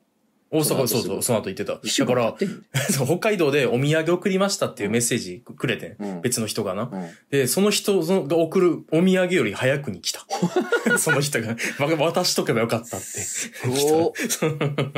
Speaker 2: 大阪、そうそう、その後行ってた。
Speaker 1: 一週
Speaker 2: だ
Speaker 1: 間
Speaker 2: か
Speaker 1: 経
Speaker 2: ら
Speaker 1: っ、てんの
Speaker 2: そう北海道でお土産送りましたっていうメッセージくれてん。
Speaker 1: うん
Speaker 2: 別の人がな。
Speaker 1: うん
Speaker 2: で、その人そのが送るお土産より早くに来た。 その人が、わ渡しとけばよかったって。
Speaker 1: お
Speaker 2: そう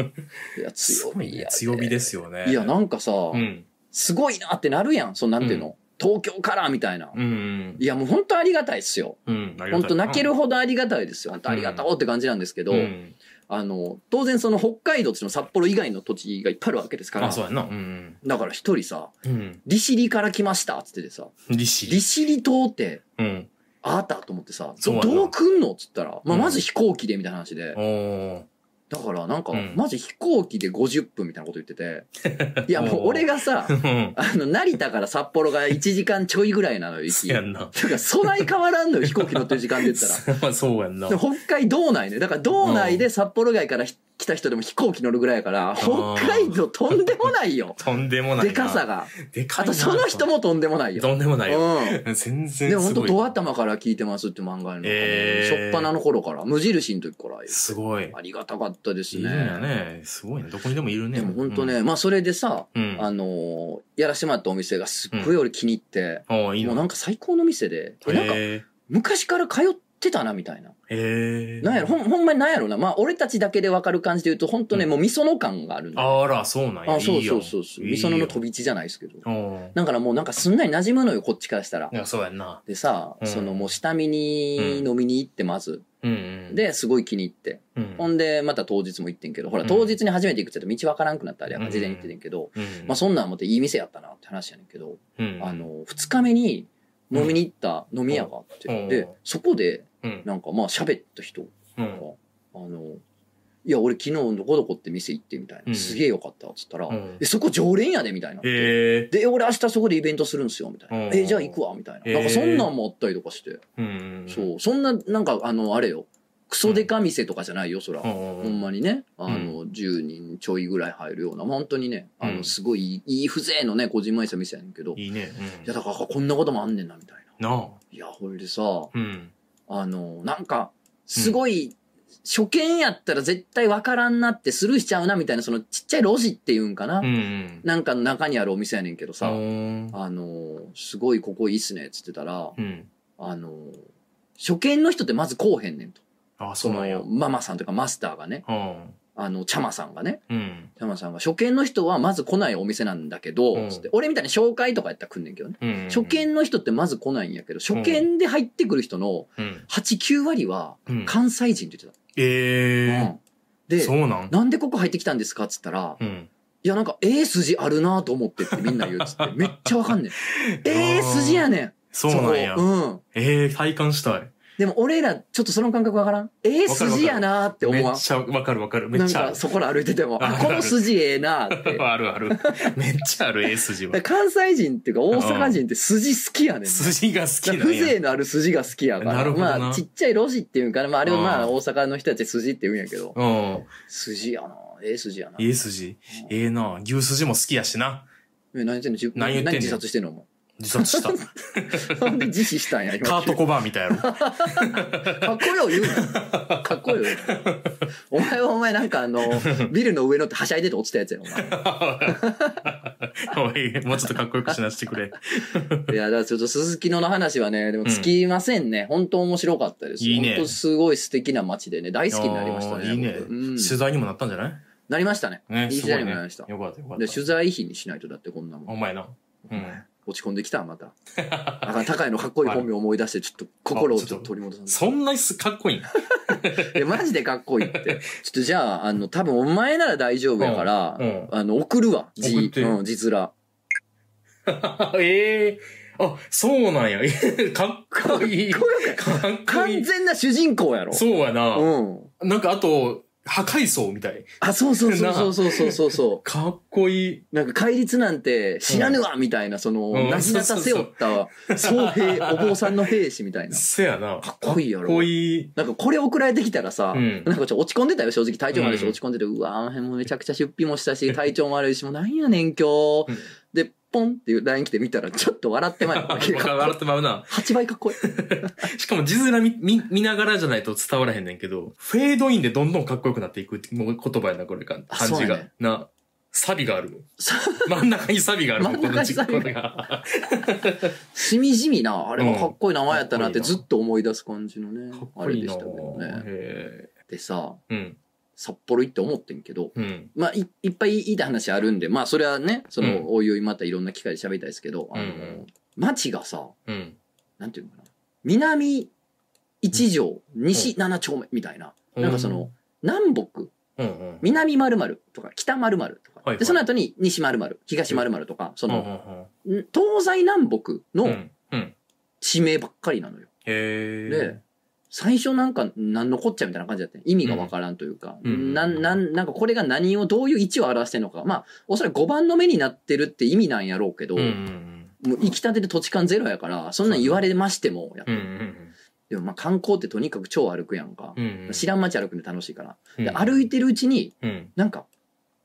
Speaker 1: いや、
Speaker 2: す
Speaker 1: 強
Speaker 2: ごい
Speaker 1: い
Speaker 2: ね
Speaker 1: や。
Speaker 2: 強火ですよね。
Speaker 1: いや、なんかさ、
Speaker 2: うん。
Speaker 1: すごいなってなるやん。そのなんていうの、東京からみたいな。
Speaker 2: うんうん。
Speaker 1: いや、もう本当ありがたいっすよ。
Speaker 2: うん。
Speaker 1: 本当泣けるほどありがたいですよ。本当ありがとうって感じなんですけど、
Speaker 2: どうん。
Speaker 1: あの、当然その北海道っていうのは札幌以外の土地がいっぱいあるわけですから、
Speaker 2: あ、そうやんな。うん。
Speaker 1: だから一人さ、
Speaker 2: うん。
Speaker 1: 利尻から来ましたっつっててさ、
Speaker 2: 利子。
Speaker 1: 利尻島って、
Speaker 2: うん。
Speaker 1: あったと思ってさ、
Speaker 2: そうなんだ
Speaker 1: どう来んのっつったら、まあ、
Speaker 2: うん
Speaker 1: まず飛行機でみたいな話で、
Speaker 2: おー。
Speaker 1: だからなんか、
Speaker 2: うん
Speaker 1: まず飛行機で50分みたいなこと言ってて、 いやもう
Speaker 2: おー
Speaker 1: 俺がさ、
Speaker 2: うん。
Speaker 1: あの、成田から札幌が1時間ちょいぐらいなのよ、行
Speaker 2: そ
Speaker 1: き。
Speaker 2: うや
Speaker 1: だか
Speaker 2: んな。
Speaker 1: ら、そない変わらんのよ、飛行機乗ってる時間で言ったら。
Speaker 2: まあ そうやんな
Speaker 1: で。北海道内ね。だから道内で札幌外からひ来た人でも飛行機乗るぐらいやから、
Speaker 2: ー。
Speaker 1: 北海道とんでもないよ
Speaker 2: とんでもないな。
Speaker 1: でかさが。
Speaker 2: でか
Speaker 1: あ
Speaker 2: いな。
Speaker 1: とその人もとんでもないよ。
Speaker 2: とんでもないよ。
Speaker 1: う
Speaker 2: 全然すご
Speaker 1: ん。
Speaker 2: い。
Speaker 1: でも本当、ド頭から聞いてますって漫画の。
Speaker 2: えー
Speaker 1: しょっぱなの頃から、無印の時から。
Speaker 2: すごい。
Speaker 1: ありがたかったです
Speaker 2: いいん
Speaker 1: ね。
Speaker 2: やね。すごいね。どこにでもいるね。
Speaker 1: でも本当ね、まあそれでさ、
Speaker 2: うん。うん。
Speaker 1: あのーやらしてもらったお店がすっごい俺気に入って、
Speaker 2: ああ、いい
Speaker 1: もう
Speaker 2: の。
Speaker 1: なんか最高の店で、えなんか
Speaker 2: へ
Speaker 1: 昔から通ってたなみたいな。
Speaker 2: え。へえ。
Speaker 1: なんやろ、ほんほんまになんやろな。まあ、俺たちだけでわかる感じで言うと、本当ね、
Speaker 2: うん
Speaker 1: もう味噌の感があるんだよ
Speaker 2: あら、そうなんや。
Speaker 1: あ、そう
Speaker 2: いい
Speaker 1: そ
Speaker 2: よ
Speaker 1: うそうそう。味噌のの飛び地じゃないですけど。
Speaker 2: いいよ
Speaker 1: だからもうなんかすんなり馴染むのよ、こっちからしたら
Speaker 2: うん。。なんかそうやんな。
Speaker 1: でさ、
Speaker 2: うん
Speaker 1: そのもう下見に飲みに行ってまず。
Speaker 2: うんうん。、
Speaker 1: で、すごい気に入って。
Speaker 2: うん。
Speaker 1: ほんで、また当日も行ってんけど、ほら、当日に初めて行くって言うと道わからんくなったり、事前に行っててんけど、
Speaker 2: うん
Speaker 1: まあそんなん思っていい店やったなって話やねんけど、
Speaker 2: うん
Speaker 1: あ、の、二日目に飲みに行った飲み屋があって、
Speaker 2: うん
Speaker 1: で、そこで、
Speaker 2: うん。
Speaker 1: なんかまあ喋った人
Speaker 2: う
Speaker 1: なん
Speaker 2: ん。
Speaker 1: かあの、いや、俺昨日どこどこって店行ってみたいな。
Speaker 2: うん
Speaker 1: すげえよかった。つったら、
Speaker 2: うん
Speaker 1: え、そこ常連やでみたいな。
Speaker 2: へえ。
Speaker 1: で、俺明日そこでイベントするんすよ、みたいな。
Speaker 2: うん
Speaker 1: え、じゃあ行くわ、みたいな。
Speaker 2: へー
Speaker 1: なんかそんなんもあったりとかして。
Speaker 2: うん。
Speaker 1: そう。そんな、なんかあの、あれよ。クソデカ店とかじゃないよ、そら。
Speaker 2: うん。
Speaker 1: ほんまにね、あの、10人ちょいぐらい入るような、本当にね、あ
Speaker 2: う
Speaker 1: の、
Speaker 2: ん
Speaker 1: すごい、いい風情のね、こじんまりした店やねんけど、い
Speaker 2: いいね。う
Speaker 1: や、
Speaker 2: ん。
Speaker 1: だからこんなこともあんねんな、みたいな。
Speaker 2: なあ。
Speaker 1: いや、ほいでさ、
Speaker 2: うん。
Speaker 1: あの、なんか、すごい、初見やったら絶対わからんなってスルーしちゃうなみたいな、そのちっちゃい路地っていうんかな、
Speaker 2: うんうん。
Speaker 1: なんかの中にあるお店やねんけどさ、
Speaker 2: うん。
Speaker 1: あの、すごいここいいっすねっつってたら、
Speaker 2: うん。
Speaker 1: あの、初見の人ってまずこうへんねんと。
Speaker 2: あ、そ
Speaker 1: そう
Speaker 2: なんや。
Speaker 1: の、
Speaker 2: う
Speaker 1: ママさんとかマスターがね、
Speaker 2: ん。
Speaker 1: あの、チャマさんがね、
Speaker 2: うん。
Speaker 1: チャマさんが、初見の人はまず来ないお店なんだけど、
Speaker 2: うん
Speaker 1: つって俺みたいに紹介とかやったら来んねんけどね。
Speaker 2: うん。
Speaker 1: 初見の人ってまず来ないんやけど、初見で入ってくる人の
Speaker 2: うん。
Speaker 1: 8、9割は
Speaker 2: うん。
Speaker 1: 関西人って言ってた。
Speaker 2: ええ。
Speaker 1: で
Speaker 2: そうなん
Speaker 1: なんでここ入ってきたんですかっつったら、
Speaker 2: うん。
Speaker 1: いやなんか、ええ筋あるなと思ってってみんな言うっつっ て、めっちゃわかんねん。ええ筋やねん。
Speaker 2: そうなんや
Speaker 1: そこ。うん。
Speaker 2: ええ、体感したい。
Speaker 1: でも俺ら、ちょっとその感覚わからん。ええ
Speaker 2: わかるわかる
Speaker 1: 筋やなって思
Speaker 2: め
Speaker 1: わ
Speaker 2: っ
Speaker 1: ん。
Speaker 2: ちゃわかるわかる。め
Speaker 1: な
Speaker 2: っ
Speaker 1: ん
Speaker 2: ちゃあ
Speaker 1: か、
Speaker 2: る。
Speaker 1: そこら歩いてても、
Speaker 2: ある
Speaker 1: あ、
Speaker 2: ある
Speaker 1: この筋ええなって。だか
Speaker 2: ある ある。めっちゃある、A 筋は
Speaker 1: ら。関西人っていうか、大阪人って筋好きやねんな。
Speaker 2: 筋が好きなん
Speaker 1: 風
Speaker 2: や。
Speaker 1: 情のある筋が好きやから。
Speaker 2: なるほどな
Speaker 1: まあ、ちっちゃい路地っていうかな、まあ、あれをまあ、
Speaker 2: うん
Speaker 1: 大阪の人たち筋って言うんやけど、
Speaker 2: うん。
Speaker 1: 筋やなええ筋やな
Speaker 2: A 筋。ええな。牛筋も好きやしな。
Speaker 1: え何言ってんの自
Speaker 2: 何言ってんねん
Speaker 1: 自殺してんのお前
Speaker 2: 自殺 した。
Speaker 1: なんで自死したんや、今。
Speaker 2: カートコバーみたい やろ。
Speaker 1: かっこよ言うな。かっこよ言うな。 お前はお前なんかあの、ビルの上のってはしゃいでて落ちたやつやろ、お前。
Speaker 2: おい、もうちょっとかっこよくしなしてくれ。
Speaker 1: いや、だからちょっと鈴木野の話はね、でも尽きませんね。本当面白かったです。
Speaker 2: いいね
Speaker 1: 本当すごい素敵な街でね、大好きになりましたね。
Speaker 2: いいね。
Speaker 1: 僕うん
Speaker 2: 取材にもなったんじゃない
Speaker 1: なりましたね。
Speaker 2: ね、
Speaker 1: いい
Speaker 2: す
Speaker 1: 時
Speaker 2: ご
Speaker 1: 代に
Speaker 2: い
Speaker 1: も
Speaker 2: ね。
Speaker 1: なり
Speaker 2: よ
Speaker 1: ました。
Speaker 2: かったよかっ
Speaker 1: で
Speaker 2: た。
Speaker 1: 取材費にしないとだってこんなも
Speaker 2: お
Speaker 1: ん。
Speaker 2: 前な。うん。
Speaker 1: 落ち込んできたま た。あかん高いのかっこいい本名思い出して、ちょっと心をちょっと取り戻さない
Speaker 2: そんなすかっこいいん
Speaker 1: いや、マジでかっこいい って。ちょっとじゃあ、あの、多分お前なら大丈夫やから、
Speaker 2: うん。
Speaker 1: あの、送るわ。
Speaker 2: 送っ
Speaker 1: 字、
Speaker 2: て
Speaker 1: うん、字 面。
Speaker 2: ええあ、そうなんや。かっこいい。
Speaker 1: か
Speaker 2: か
Speaker 1: っこよ
Speaker 2: っこい
Speaker 1: 完
Speaker 2: い。
Speaker 1: 全な主人公やろ。
Speaker 2: そうやな。
Speaker 1: うん。
Speaker 2: なんかあと、破壊層みたい。
Speaker 1: あ、そうそうそうそうそうそうそうそ
Speaker 2: かっこいい。
Speaker 1: う。なんか、戒律なんて知らぬわみたいな、その、
Speaker 2: うん
Speaker 1: なすなた背負った、僧兵、お坊さんの兵士み たいな。
Speaker 2: せやな。
Speaker 1: かっこいいやろ
Speaker 2: かっこいい。
Speaker 1: なんか、これ送られてきたらさ、
Speaker 2: うん
Speaker 1: なんかちょっと落ち込んでたよ、正直。体調も悪いし、
Speaker 2: うん
Speaker 1: 落ち込んでて、うわぁ、もうめちゃくちゃ出費もしたし、体調も悪いし、もうなんやねん、今日
Speaker 2: うん。
Speaker 1: で、ポンっていう LINE 来てみたら、ちょっと笑ってまい
Speaker 2: 笑ってまうな。
Speaker 1: 8倍かっこいい。
Speaker 2: しかも字面見見見ながらじゃないと伝わらへんねんけど、フェードインでどんどんかっこよくなっていくってもう言葉やな、これか。
Speaker 1: あ
Speaker 2: 漢字
Speaker 1: そう
Speaker 2: が。
Speaker 1: やね
Speaker 2: な、サビがある
Speaker 1: さ。
Speaker 2: 真ん中にサビがあ る。
Speaker 1: 真ん中にサビが
Speaker 2: この字これが。
Speaker 1: しみじみな、あれもかっこいい名前やった なって
Speaker 2: うん
Speaker 1: ずっと思い出す感じのね
Speaker 2: かっ、
Speaker 1: あ
Speaker 2: こ
Speaker 1: れ
Speaker 2: いい
Speaker 1: で
Speaker 2: な
Speaker 1: し
Speaker 2: ぁ
Speaker 1: たけどね。
Speaker 2: へ
Speaker 1: でさ、
Speaker 2: えうん。
Speaker 1: 札幌行って思ってんけど、
Speaker 2: うん。
Speaker 1: まあい、いっぱい言いたい話あるんで、まあ、それはね、その、
Speaker 2: うん
Speaker 1: おいおいまたいろんな機会で喋りたいですけど、あの、
Speaker 2: うんうん
Speaker 1: 町がさ、
Speaker 2: うん。
Speaker 1: なんていうのかな、南一条、西七丁目みたいな、なんかその、南北、
Speaker 2: うんうん、
Speaker 1: 南〇〇とか、北〇〇とか、
Speaker 2: はいはい
Speaker 1: で、その後に西〇〇、東〇〇とか、そ
Speaker 2: うん
Speaker 1: の、ん東西南北
Speaker 2: うんうん、う
Speaker 1: の
Speaker 2: んうん。
Speaker 1: 地名ばっかりなのよ。
Speaker 2: へえ。
Speaker 1: で、最初なんか何のこっちゃみたいな感じだったね意味がわからんというか、
Speaker 2: うん
Speaker 1: なん、なん、なんかこれが何を、どういう位置を表してるのか。まあ、おそらく5番の目になってるって意味なんやろうけど、
Speaker 2: うんうん
Speaker 1: もう行きたてで土地勘ゼロやから、そんなん言われましても、やっ
Speaker 2: うん。うん
Speaker 1: でもまあ観光ってとにかく超歩くやんか。
Speaker 2: うんうん。
Speaker 1: 知らん街歩くの楽しいから。
Speaker 2: うん。
Speaker 1: で、歩いてるうちに、
Speaker 2: うん。
Speaker 1: なんか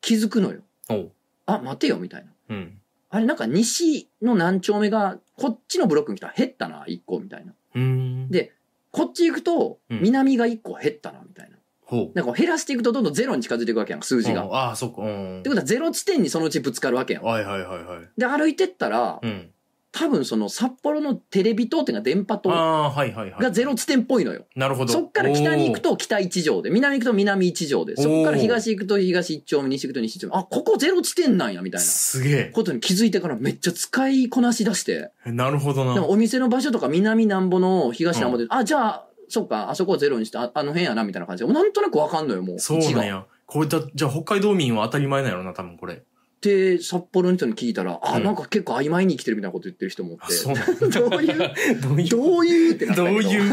Speaker 1: 気づくのよ。
Speaker 2: おう。
Speaker 1: あ、待てよ、みたいな。
Speaker 2: うん。
Speaker 1: あれ、なんか西の何丁目が、こっちのブロックに来たら減ったな、1個、みたいな。
Speaker 2: うん。
Speaker 1: でこっち行くと、
Speaker 2: うん
Speaker 1: 南が1個減ったな、みたいな。
Speaker 2: ほう。
Speaker 1: なんか減らしていくとどんどんゼロに近づいていくわけやん、数字が。
Speaker 2: う
Speaker 1: っ
Speaker 2: んああ、そっか。うん。
Speaker 1: てことはゼロ地点にそのうちぶつかるわけやん。
Speaker 2: はいはいはいはい。
Speaker 1: で、歩いてったら、
Speaker 2: うん。
Speaker 1: 多分その札幌のテレビ塔っていうか電波
Speaker 2: あ
Speaker 1: 塔
Speaker 2: あ、はいはいはい。
Speaker 1: がゼロ地点っぽいのよ。
Speaker 2: なるほど。
Speaker 1: そっから北に行くと北一条で、南行くと南一条で、そっから東行くと東一丁目、西行くと西一丁目。あ、ここゼロ地点なんや、み
Speaker 2: お
Speaker 1: た
Speaker 2: ー
Speaker 1: いな。
Speaker 2: すげえ
Speaker 1: ことに気づいてからめっちゃ使いこなし出して、
Speaker 2: え。なるほどな。
Speaker 1: でもお店の場所とか南なんぼの東なんぼで、あ、じゃあ、そっか、あそこをゼロにして、ああの辺やな、みたいな感じで、もうなんとなくわかんのよ、もう。
Speaker 2: そう
Speaker 1: 位置が
Speaker 2: なんや。これだ、じゃあ北海道民は当たり前なんやろな、多分これ。
Speaker 1: で札幌の人に聞いたら、あ、
Speaker 2: うん
Speaker 1: なんか結構曖昧に生きてるみたいなこと言ってる人もおっ
Speaker 2: あそう
Speaker 1: て、
Speaker 2: なん
Speaker 1: どういう、
Speaker 2: どう いう
Speaker 1: どういうってなった
Speaker 2: ど
Speaker 1: んや
Speaker 2: う
Speaker 1: けど。
Speaker 2: いう。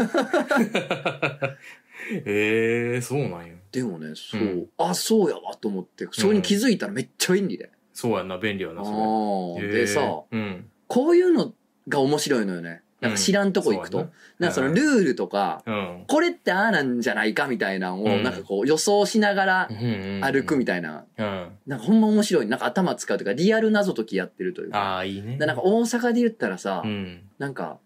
Speaker 2: ええ、そうなんや。
Speaker 1: でもね、そう、
Speaker 2: うん
Speaker 1: あ、そうやわと思って、それに気づいたらめっちゃ便利で。
Speaker 2: そうやんな、便利や
Speaker 1: あ
Speaker 2: な、
Speaker 1: あ
Speaker 2: そ
Speaker 1: ー
Speaker 2: れ。
Speaker 1: でさ、
Speaker 2: ええうん。
Speaker 1: こういうのが面白いのよね。なんか知らんとこ行くと。
Speaker 2: うん
Speaker 1: なんかそのルールとか、
Speaker 2: うん。
Speaker 1: これってああなんじゃないかみたいなのを、
Speaker 2: うん
Speaker 1: なんかこう予想しながら歩くみ
Speaker 2: た
Speaker 1: たいな。
Speaker 2: いな。うん。
Speaker 1: なんかほんま面白い。なんか頭使うというか、リアル謎解きやってるというか。
Speaker 2: ああ、いいね。
Speaker 1: でなんか大阪で言ったらさ、
Speaker 2: うん。
Speaker 1: なんか、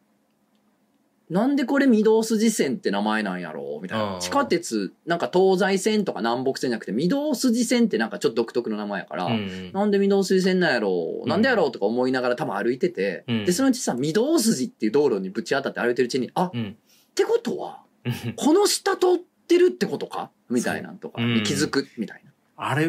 Speaker 1: なんでこれ御堂筋線って名前なんやろうみたい
Speaker 2: あ
Speaker 1: な。
Speaker 2: ー
Speaker 1: 地下鉄、なんか東西線とか南北線じゃなくて、御堂筋線ってなんかちょっと独特の名前やから、
Speaker 2: うん
Speaker 1: なんで御堂筋線なんやろう、
Speaker 2: うん
Speaker 1: なんでやろうとか思いながら多分歩いてて、
Speaker 2: うん
Speaker 1: で、そのうちさ、御堂筋っていう道路にぶち当たって歩いてるうちに、あ、っ
Speaker 2: うん。
Speaker 1: てことは、この下通ってるってことかみたいなんとか、
Speaker 2: そううん
Speaker 1: 気づくみたいな。
Speaker 2: あれ、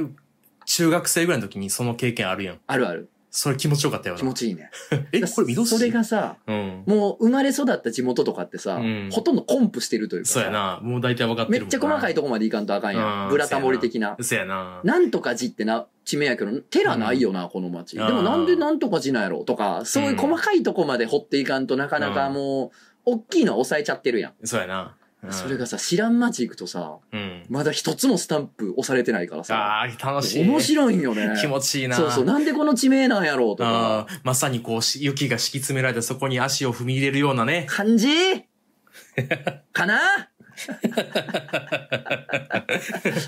Speaker 2: 中学生ぐらいの時にその経験あるやん。
Speaker 1: あるある。
Speaker 2: それ気持ちよかったよ
Speaker 1: 気持
Speaker 2: な。
Speaker 1: ちいいね。
Speaker 2: え、
Speaker 1: だ
Speaker 2: これ緑筋
Speaker 1: それ。がさ、
Speaker 2: うん。
Speaker 1: もう生まれ育った地元とかってさ、
Speaker 2: うん
Speaker 1: ほとんどコンプしてるというかさ
Speaker 2: そうやな。もう大体分かって
Speaker 1: め
Speaker 2: るも
Speaker 1: っ
Speaker 2: ん
Speaker 1: ちゃ細かい
Speaker 2: と。
Speaker 1: とこまでいかんとあかんや。
Speaker 2: うんん
Speaker 1: ブラタモリ的な。
Speaker 2: そうやな。
Speaker 1: なんとか寺ってな、地名やけど、寺ないよな、この町。で
Speaker 2: うん
Speaker 1: もなんでなんとか寺なんやろとか、そういう細かいとこまで掘っていかんとなかなか
Speaker 2: うん
Speaker 1: もう、大きいのは抑えちゃってるやん。
Speaker 2: そうやな。うん
Speaker 1: それがさ、知らん町行くとさ、
Speaker 2: うん。
Speaker 1: まだ一つもスタンプ押されてないからさ、
Speaker 2: ああ、楽しい。
Speaker 1: 面白いんよね。
Speaker 2: 気持ちいいな。
Speaker 1: そうそう、なんでこの地名なんやろうと
Speaker 2: あ
Speaker 1: か、
Speaker 2: ーまさにこうし、雪が敷き詰められてそこに足を踏み入れるようなね。
Speaker 1: 漢字 かな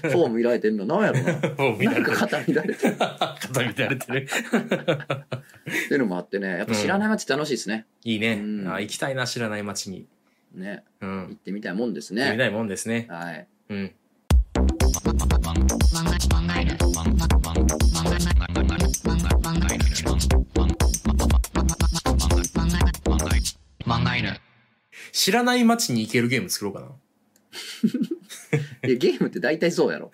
Speaker 1: フォーム見られてんのなんやろ な。
Speaker 2: もう見ら
Speaker 1: なん
Speaker 2: れて
Speaker 1: か
Speaker 2: る。
Speaker 1: 肩見られてる
Speaker 2: 肩見られてる。
Speaker 1: っていうのもあってね、やっぱ知らない街楽しいですね。
Speaker 2: いいね。
Speaker 1: うん
Speaker 2: あー行きたいな、知らない街に。
Speaker 1: ね、
Speaker 2: う
Speaker 1: 行っ
Speaker 2: ん。
Speaker 1: てみたいもんです
Speaker 2: 見
Speaker 1: ね。
Speaker 2: たいもんですね。
Speaker 1: はい。
Speaker 2: うん。知らない街に行けるゲーム作ろうかな。
Speaker 1: いやゲームって大体そうやろ。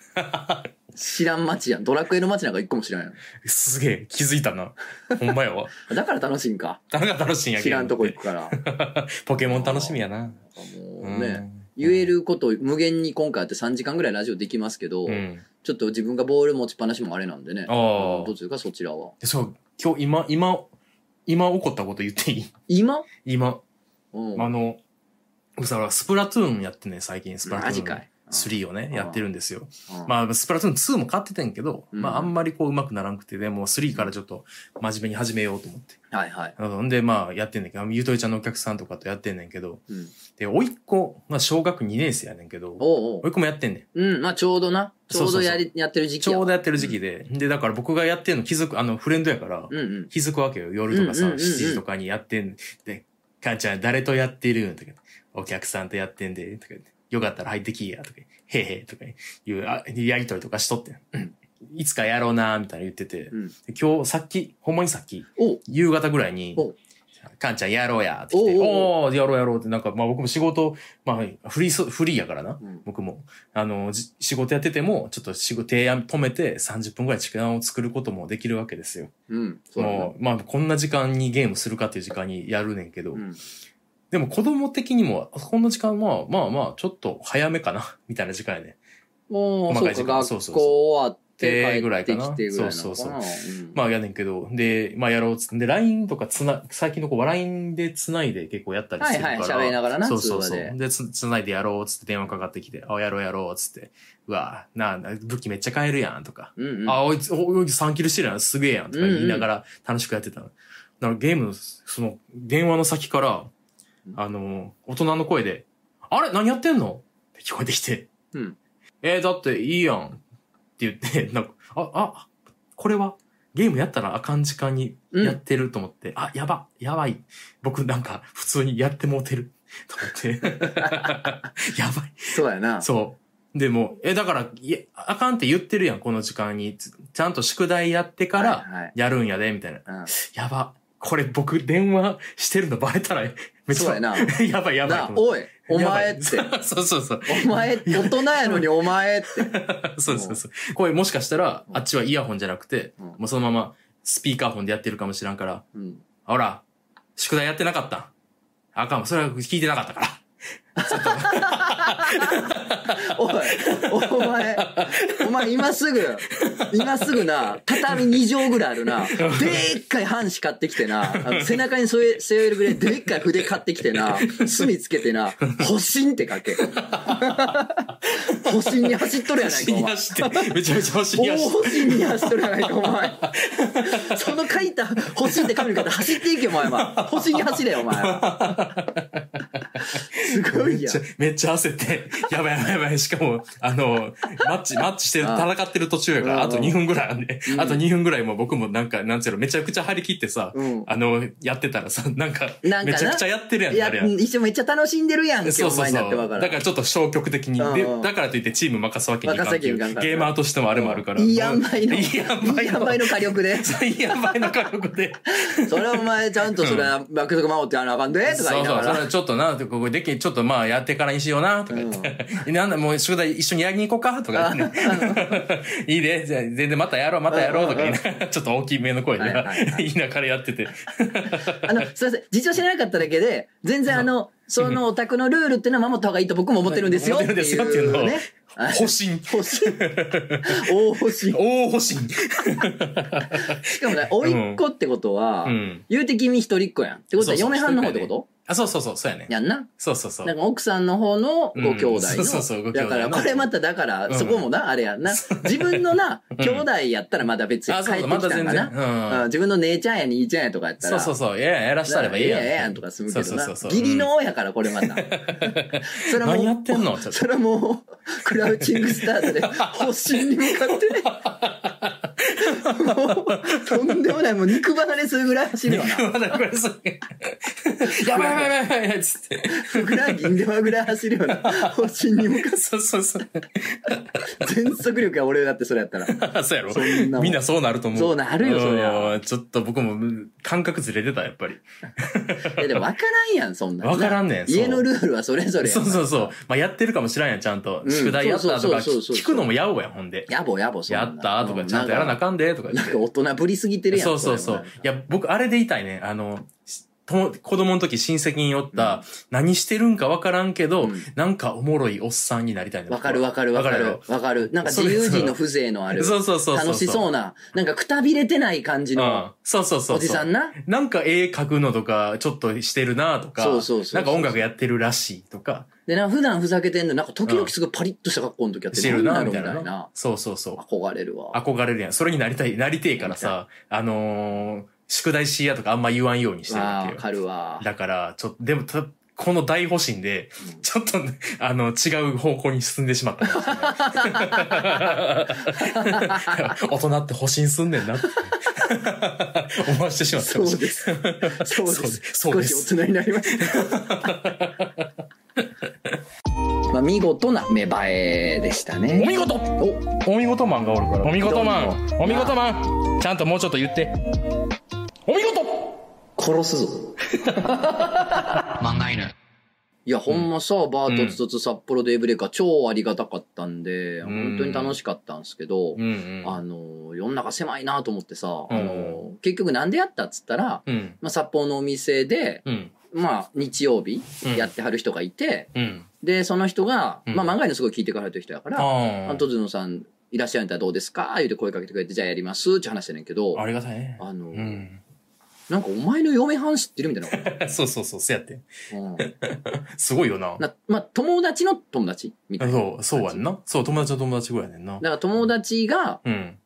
Speaker 1: 知らん街やん。ドラクエの街なんか一個も知らんや
Speaker 2: すげえ、気づいた な。ほんまやわ。
Speaker 1: ん。だから楽しいんか。
Speaker 2: 誰が楽しいんや
Speaker 1: 知らんとこ行
Speaker 2: く。
Speaker 1: くから。
Speaker 2: ポケモン楽しみやな。
Speaker 1: もうね、言えること無限に今回あって3時間ぐらいラジオできますけど、
Speaker 2: うん。うん。
Speaker 1: ちょっと自分がボール持ちっぱなしもあれなんでね。
Speaker 2: あ
Speaker 1: ど
Speaker 2: ー
Speaker 1: うですか、そちらは。
Speaker 2: でそう、今日、今、今、今起こったこと言っていい
Speaker 1: 今
Speaker 2: 今、
Speaker 1: うん。
Speaker 2: あの、僕さ、ほらスプラトゥーンやってね、最近、スプラト
Speaker 1: マ
Speaker 2: ゥ
Speaker 1: ジ
Speaker 2: ー
Speaker 1: か
Speaker 2: ン
Speaker 1: い。
Speaker 2: 3をね、
Speaker 1: あ
Speaker 2: やってるんですよ。
Speaker 1: うん
Speaker 2: まあ、スプラトゥーン2も買ってたんやけど、
Speaker 1: うん
Speaker 2: まあ、あんまりこう、うまくならんくて、でも3からちょっと、真面目に始めようと思って。
Speaker 1: はいはい。
Speaker 2: あのんで、まあ、やってんねんけど、ゆとりちゃんのお客さんとかとやってんねんけど、
Speaker 1: うん
Speaker 2: で、おいっ子、まあ、小学2年生やねんけど、お
Speaker 1: おうおう
Speaker 2: いっ子もやってんねん。
Speaker 1: うん、まあちょうどな。ちょうどやり、やってる時期
Speaker 2: ち
Speaker 1: や
Speaker 2: ょうど
Speaker 1: や
Speaker 2: やってる時期で、で、だから僕がやってんの気づく、あの、フレンドやから、
Speaker 1: うんうん。
Speaker 2: 気づくわけよ。夜とかさ、
Speaker 1: うんうんうんうん
Speaker 2: 7時とかにやってんで、母ちゃん誰とやってるんとか、お客さんとやってんで、とか言って、よかったら入ってきいや、とか、へへ、とかいう、あやりとりとかしとってん、うんいつかやろうな、みたいな言ってて、
Speaker 1: うん
Speaker 2: で今日さっき、ほんまにさっき、
Speaker 1: おう
Speaker 2: 夕方ぐらいに
Speaker 1: おう、
Speaker 2: かんちゃんやろうやって来て、
Speaker 1: おうおう
Speaker 2: おおーやろうやろうって、なんか、まあ僕も仕事、まあフリーそ、フリーやからな、
Speaker 1: うん
Speaker 2: 僕も。あの、じ仕事やってても、ちょっと仕事、提案止めて30分ぐらい時間を作ることもできるわけですよ。
Speaker 1: うん。そうだな
Speaker 2: もう、まあこんな時間にゲームするかっていう時間にやるねんけど、
Speaker 1: うん。
Speaker 2: でも子供的にも、こんな時間は、まあまあ、ちょっと早めかな、みたいな時間やね。
Speaker 1: もう、そ
Speaker 2: 細か
Speaker 1: う
Speaker 2: い
Speaker 1: か、
Speaker 2: 時間そう
Speaker 1: 学
Speaker 2: そうそう
Speaker 1: 校終わって
Speaker 2: で
Speaker 1: 帰
Speaker 2: ぐら
Speaker 1: っ
Speaker 2: いか
Speaker 1: て
Speaker 2: な
Speaker 1: きてぐらいなのかな。
Speaker 2: そうそうそうんまあやねんけど、で、まあやろうっつって、で、LINE とかつな、最近の子は LINE でつないで結構やったり
Speaker 1: は
Speaker 2: す
Speaker 1: い
Speaker 2: るから。
Speaker 1: はい、喋りながらな、
Speaker 2: そうそう
Speaker 1: 通
Speaker 2: そ
Speaker 1: 話で。
Speaker 2: う。でつ、つないでやろうっつって電話かかってきて、あ、やろうやろうっつって、うわ、なあ、な武器めっちゃ買えるやんとか、
Speaker 1: うんうん。
Speaker 2: あ、おいつ、おおい、3キルしてるやん、すげえやんとか言いながら楽しくやってたの。だからゲームの、その、電話の先から、あの、大人の声で、あれ何やってんのって聞こえてきて、
Speaker 1: うん。
Speaker 2: えーだっていいやんって言って、 なんか、あ、あ、これは、ゲームやったらあかん時間にやってると思って、あ、やば、やばい。僕なんか普通にやってもうてる。と 思って。やばい。
Speaker 1: そうやな。
Speaker 2: そう。でも、え、だから、いやあかんって言ってるやん、この時間に。つちゃんと宿題やってか
Speaker 1: は
Speaker 2: ら、
Speaker 1: いはい
Speaker 2: やるんやで、みたいな。
Speaker 1: うん
Speaker 2: やば。これ僕電話してるのバレたら、めっち
Speaker 1: そうや
Speaker 2: ゃ、
Speaker 1: な。
Speaker 2: やばいやばい
Speaker 1: な
Speaker 2: と、思って。
Speaker 1: おい、お前って。
Speaker 2: やばい そうそうそう。
Speaker 1: お前、大人やのにお前って。
Speaker 2: そうそうそう。これもしかしたら
Speaker 1: う、ん
Speaker 2: あっちはイヤホンじゃなくて、
Speaker 1: うん
Speaker 2: もうそのままスピーカーフォンでやってるかもしらんから、
Speaker 1: うん。
Speaker 2: ほら、宿題やってなかった。あかんわ、それは聞いてなかったから。
Speaker 1: おい、お前、お前今すぐ、今すぐな、畳2畳ぐらいあるな、でっかい半紙買ってきてな、あの背中に添え、添えるぐらいでっかい筆買ってきてな、墨つけてな、保身って書け。保身に走っとるやないか、お
Speaker 2: に
Speaker 1: 前。
Speaker 2: 走って、めちゃめちゃ走り
Speaker 1: 大
Speaker 2: 出して。
Speaker 1: 保身に走っとるやないか、お前。その書いた保身って紙に書いた走っていけ、お前は。保身に走れよ、お前は。すご
Speaker 2: めっ
Speaker 1: い
Speaker 2: ち
Speaker 1: や
Speaker 2: ゃ
Speaker 1: ん。、
Speaker 2: めっちゃ 焦って、やばいやばいやばい。しかも、あの、マッチ、マッチしてる、
Speaker 1: ああ
Speaker 2: 戦ってる途中やから、
Speaker 1: うん
Speaker 2: あと2分ぐらいあんで、
Speaker 1: うん
Speaker 2: あと2分ぐらいも僕もなんか、なんつうの、めちゃくちゃ張り切ってさ、
Speaker 1: うん
Speaker 2: あの、やってたらさ、なんか、
Speaker 1: なんかな
Speaker 2: めちゃくちゃやってるやん、
Speaker 1: いや
Speaker 2: あれやん。、
Speaker 1: 一応めっちゃ楽しんでるやんけ、
Speaker 2: そう
Speaker 1: お
Speaker 2: そう
Speaker 1: 前に
Speaker 2: そ
Speaker 1: なってわ
Speaker 2: う。
Speaker 1: か
Speaker 2: だ
Speaker 1: ら。
Speaker 2: からちょっと消極的に。
Speaker 1: うん
Speaker 2: で
Speaker 1: うん
Speaker 2: だからといってチーム任すわけにいかんっていう
Speaker 1: 任せきんかん
Speaker 2: ゲーマーとしてもあれもあるから。
Speaker 1: いい塩梅の。
Speaker 2: いい塩梅
Speaker 1: いい塩
Speaker 2: の。
Speaker 1: 梅の火力 で。
Speaker 2: いい塩梅の火力で。
Speaker 1: それはお前ちゃんとそれは爆速守ってやらなあかんで、とか言
Speaker 2: そ
Speaker 1: いうな
Speaker 2: そ
Speaker 1: が
Speaker 2: う、そ
Speaker 1: ら。
Speaker 2: れちょっとな、ここでき、ちょっとまあやってからにしような、とか言って。なんだ、もう宿題一緒にやりに行こうか、とか言ってね。いいで、じゃあ全然またやろう、またやろう、とか言いながら、ちょっと大きめの声で
Speaker 1: はいはいはい
Speaker 2: 言いながらやってて。
Speaker 1: あの、すいません。事情知らなかっただけで、全然あの、そのお宅のルールっていうのは守った方がいいと僕も思ってるんですよ。
Speaker 2: 思ってるんですよ っていうのを
Speaker 1: ね。あ
Speaker 2: 保身。
Speaker 1: 欲しい。大欲しい。
Speaker 2: 大保身。
Speaker 1: しかもね、甥っ子ってことは
Speaker 2: う、ん。
Speaker 1: 言うて君一人っ子やん。ってことは
Speaker 2: そうそう
Speaker 1: 嫁はんの方ってこと
Speaker 2: あ、そうそうそう、そうやね。
Speaker 1: やんな。
Speaker 2: そうそうそ
Speaker 1: なん
Speaker 2: う。
Speaker 1: か奥さんの方のご兄
Speaker 2: う
Speaker 1: 弟
Speaker 2: んそうそうそうご
Speaker 1: の。
Speaker 2: 兄弟
Speaker 1: だ
Speaker 2: の
Speaker 1: から、これまただから
Speaker 2: う、ん
Speaker 1: そこもな、あれやんな。自分の な、兄弟やったらまだ別
Speaker 2: あ、
Speaker 1: に帰って
Speaker 2: そうそう、
Speaker 1: き
Speaker 2: また
Speaker 1: たん
Speaker 2: 全
Speaker 1: か
Speaker 2: 然。
Speaker 1: な。うん
Speaker 2: うん。
Speaker 1: 自分の姉ちゃんや兄ちゃんやとかやった
Speaker 2: そ
Speaker 1: ら。
Speaker 2: うそう
Speaker 1: う。
Speaker 2: そう、いやいや、やらしたればいいやん。
Speaker 1: ええやんとか済むけど
Speaker 2: そう
Speaker 1: な
Speaker 2: そうそう。そう
Speaker 1: 義理の親からこれまた。それは
Speaker 2: 何や
Speaker 1: も
Speaker 2: ってんのち
Speaker 1: う、
Speaker 2: ょっ
Speaker 1: それはもう、クラウチングスタートで、発信に向かって、とんでもない。もう肉離れするぐらい走るよな。
Speaker 2: まだこれすげえやばいや ばいやばいやばいっつって。
Speaker 1: ふくらはぎんでまぐらい走るよな。方針に向か
Speaker 2: そうそうそう。
Speaker 1: って全速力が俺だってそれや ったら。
Speaker 2: そうやろ
Speaker 1: そんなもん
Speaker 2: みんなそうなると思う。
Speaker 1: そうなるよそりゃ
Speaker 2: うんちょっと僕もうん感覚ずれてた、やっぱり。
Speaker 1: いやでも分からんやん、そんなん。
Speaker 2: 分からんねんそう
Speaker 1: 家のルールはそれぞれや
Speaker 2: そ
Speaker 1: ん
Speaker 2: うそうそう。まあ、やってるかもしらんやん、ちゃんと
Speaker 1: う。ん
Speaker 2: 宿題やったとか、
Speaker 1: そうそうそうそうそう
Speaker 2: 聞くのもやおうやん、ほんで。
Speaker 1: やぼやぼ、そん
Speaker 2: や
Speaker 1: なん
Speaker 2: ったとか、ちゃんとやらなあ
Speaker 1: か
Speaker 2: かんで、とか言
Speaker 1: な
Speaker 2: っ
Speaker 1: ん
Speaker 2: て
Speaker 1: か。大人ぶりすぎてるやん。
Speaker 2: そうそうそう。い
Speaker 1: れも
Speaker 2: や、僕、あれで言いたいね。あの、しと子供の時親戚におった、何してるんかわからんけど、
Speaker 1: うん
Speaker 2: なんかおもろいおっさんになりたいね
Speaker 1: わかるわかるわか
Speaker 2: わ
Speaker 1: る。わかる。なんか自由人の風情のある。
Speaker 2: そうそうそうそう。
Speaker 1: 楽しそうな。なんかくたびれてない感じ
Speaker 2: う
Speaker 1: の
Speaker 2: ん。そうそうそう。
Speaker 1: おじさん。な。
Speaker 2: なんか絵描くのとか、ちょっとしてるなとか、
Speaker 1: そうそうそうそう
Speaker 2: なんか音楽やってるらしいとか、
Speaker 1: で、なんか普段ふざけてんの、なんか時々すごいパリッとした格好の時やって
Speaker 2: してるなみたい
Speaker 1: どんのみたい
Speaker 2: な
Speaker 1: な。。
Speaker 2: そうそうそう。
Speaker 1: 憧れるわ。
Speaker 2: 憧れるやん。それになりたい、なりてえからさ、あのー宿題しやとかあんま言わんようにしてるわ
Speaker 1: あ
Speaker 2: け
Speaker 1: あ、
Speaker 2: よ。
Speaker 1: かるわ。
Speaker 2: だから、ちょっと、でもた、この大保身で
Speaker 1: う、ん
Speaker 2: ちょっとね、あの、違う方向に進んでしまったかもしれない 大人って保身すんねんなって思わし てしまったか
Speaker 1: そ
Speaker 2: も
Speaker 1: う
Speaker 2: しれない
Speaker 1: です。そうです。
Speaker 2: そう
Speaker 1: 少
Speaker 2: で
Speaker 1: し
Speaker 2: す
Speaker 1: 大人になりました。 まあ、見事な芽生えでした
Speaker 2: お
Speaker 1: ね。
Speaker 2: 見事
Speaker 1: お、
Speaker 2: お見事マンがおるから。お見事マン
Speaker 1: どうも
Speaker 2: お見事マンちゃんともうちょっと言って。お見事
Speaker 1: 殺すぞ。
Speaker 3: 漫画犬。
Speaker 1: いや、ほんまさ、バートツトツ札幌デイブレイカー超ありがたかったんで、
Speaker 2: ん
Speaker 1: 本当に楽しかったんですけど、
Speaker 2: うんうん。
Speaker 1: あの、世の中狭いなと思ってさ、
Speaker 2: うん
Speaker 1: あの、結局なんでやったっつったら、
Speaker 2: うん。
Speaker 1: まあ、札幌のお店で、
Speaker 2: うん。
Speaker 1: まあ、日曜日
Speaker 2: うん
Speaker 1: やってはる人がいて、
Speaker 2: うん。
Speaker 1: で、その人が、
Speaker 2: うん
Speaker 1: まあ、漫画のすごい聞いてくれてる人やから、
Speaker 2: あ
Speaker 1: あ
Speaker 2: あ
Speaker 1: とずのさんいらっしゃるんだったらどうですか言うて声かけてくれて、じゃあやりますって話してんねんけど、
Speaker 2: ありがたいね。
Speaker 1: あの、
Speaker 2: うん。
Speaker 1: なんかお前の嫁はん知ってるみたいな。
Speaker 2: そうそうそう、そうやって。
Speaker 1: うん、
Speaker 2: すごいよな。
Speaker 1: なまあ、友達の友達みたいな。だ
Speaker 2: そう、そうやんな。そう、友達の友達ぐらいやねんな。
Speaker 1: から友達が、
Speaker 2: うん。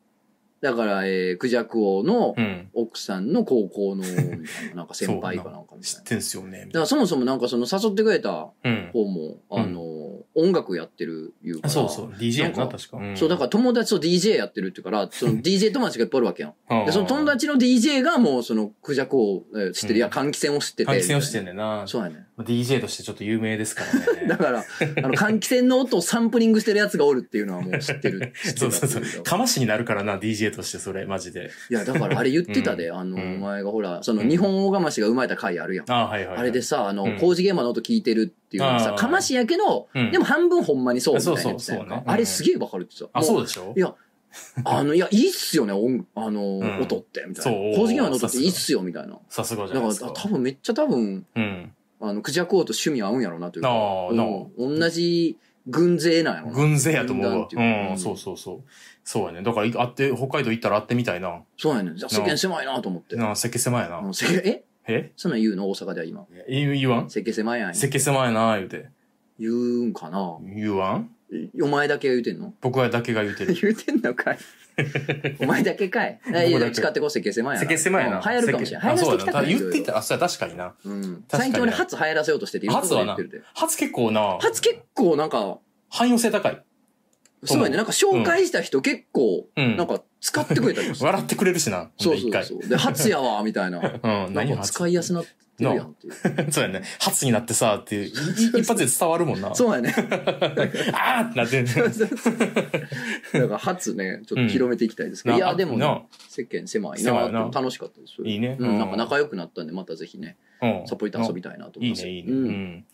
Speaker 1: だから、えー、クジャク王の
Speaker 2: うん。
Speaker 1: 奥さんの高校の、みたいな、なんか先輩かなんかみたい
Speaker 2: 知
Speaker 1: な
Speaker 2: っ。てんすよね
Speaker 1: だ。からそもそもなんかその誘ってくれた
Speaker 2: うん。
Speaker 1: 方も、
Speaker 2: うん
Speaker 1: あの、音楽やってるいうから。
Speaker 2: そうそう、DJ やん
Speaker 1: な
Speaker 2: な、
Speaker 1: んか
Speaker 2: 確か。ん
Speaker 1: そう、だから友達と DJ やってるって言うから、その DJ 友達がいっぱいいるわけやん。
Speaker 2: ら
Speaker 1: で、その友達の DJ がもうそのクジャクをえー知って
Speaker 2: うん
Speaker 1: る、いや、換気扇を知ってて。
Speaker 2: 換気扇をしてん
Speaker 1: る。
Speaker 2: ねんな。
Speaker 1: そうやね。
Speaker 2: DJ としてちょっと有名です からね
Speaker 1: だ。から、あの、換気扇の音をサンプリングしてるやつがおるっていうのはもう知ってる。知って
Speaker 2: そう
Speaker 1: た
Speaker 2: そうそう。かましになるからな、DJ として、それ、マジで。
Speaker 1: いや、だからあれ言ってたで、あの、
Speaker 2: うん
Speaker 1: お前がほら、その
Speaker 2: うん
Speaker 1: 日本大釜氏が生まれた回あるやん。
Speaker 2: ああ、はいはいはい。
Speaker 1: あれでさ、あの
Speaker 2: うん、
Speaker 1: 工事現場の音聞いてるっていうのは
Speaker 2: あ
Speaker 1: さ、
Speaker 2: ー
Speaker 1: かましやけど、
Speaker 2: うん
Speaker 1: でも半分ほんまにそうみたいなやつやんか。
Speaker 2: そうそうそうね
Speaker 1: あれすげえわかるってさ。
Speaker 2: あ、
Speaker 1: も
Speaker 2: そうでしょ
Speaker 1: いやあの、いや、いいっすよね、音、あの、
Speaker 2: ん
Speaker 1: 音って、みたい
Speaker 2: そう
Speaker 1: な。工事現場の音っていいっすよ、みたいな。
Speaker 2: さすがじ
Speaker 1: だ
Speaker 2: ゃ
Speaker 1: か
Speaker 2: ない
Speaker 1: ら、
Speaker 2: ですか。
Speaker 1: 多分めっちゃ多分、
Speaker 2: うん。
Speaker 1: あの、クジャク王と趣味合うんやろうなというか、
Speaker 2: あー
Speaker 1: うん
Speaker 2: な
Speaker 1: 同じ軍勢なんやろうな。
Speaker 2: 軍勢やと思うわ
Speaker 1: 軍団っ。ていううか
Speaker 2: ん、そうそうそう。そうやね。だから、あって、北海道行ったら会ってみたいな。
Speaker 1: そうやねん。じゃあ世間狭いなと思って。
Speaker 2: なあ、席狭いな。
Speaker 1: うん世間え
Speaker 2: え
Speaker 1: そんなん言うの大阪では今。
Speaker 2: 言う言わん
Speaker 1: 世間狭いやん。
Speaker 2: 席狭いな、言うて。
Speaker 1: 言うんかな
Speaker 2: 言わん
Speaker 1: お前だけが言うてんの
Speaker 2: 僕はだけが言うてる。
Speaker 1: 言うてんのかい。 お前だけかい。いやい
Speaker 2: 僕だ
Speaker 1: や、
Speaker 2: け
Speaker 1: 使ってこう、世間狭いやな。
Speaker 2: 席狭いな。
Speaker 1: うん流行るかもしれない。流
Speaker 2: 世間あ
Speaker 1: 行らせてき
Speaker 2: そうや
Speaker 1: た
Speaker 2: な。
Speaker 1: から
Speaker 2: 言って
Speaker 1: た。
Speaker 2: た、あ、そうや、確かにな。
Speaker 1: うん。
Speaker 2: 確かに
Speaker 1: 最近俺、初流行らせようとしてて、いろんなことやってるで。
Speaker 2: 初結構な、
Speaker 1: 初結構なんか、
Speaker 2: 汎用性高い。
Speaker 1: そうやね。なんか紹介した人結構、
Speaker 2: うん
Speaker 1: なんか使ってくれたりもする
Speaker 2: 笑ってくれるしな。ほ
Speaker 1: そ
Speaker 2: ん
Speaker 1: う
Speaker 2: で
Speaker 1: そ
Speaker 2: 一
Speaker 1: う
Speaker 2: 回。
Speaker 1: そう。で、初やわ、みたいな。
Speaker 2: うん、
Speaker 1: なん
Speaker 2: 何
Speaker 1: か
Speaker 2: 初
Speaker 1: 使いやすなってるやんっていう。
Speaker 2: そうやね。初になってさ、っていう、いい一発で伝わるもんな。
Speaker 1: そうやね。
Speaker 2: あーってなってるね。
Speaker 1: だから初ね、ちょっと広めていきたいですけど、
Speaker 2: う
Speaker 1: い
Speaker 2: ん
Speaker 1: や、でも、
Speaker 2: な
Speaker 1: ね、世間狭い
Speaker 2: 狭いな
Speaker 1: な楽しかったですよ。
Speaker 2: いいね
Speaker 1: う
Speaker 2: うん
Speaker 1: ん、なんか仲良くなったんで、またぜひね、
Speaker 2: うん
Speaker 1: サポイター遊びたいなと思
Speaker 2: い
Speaker 1: い
Speaker 2: い
Speaker 1: ます。
Speaker 2: ね、いいね。
Speaker 1: う
Speaker 2: うんん。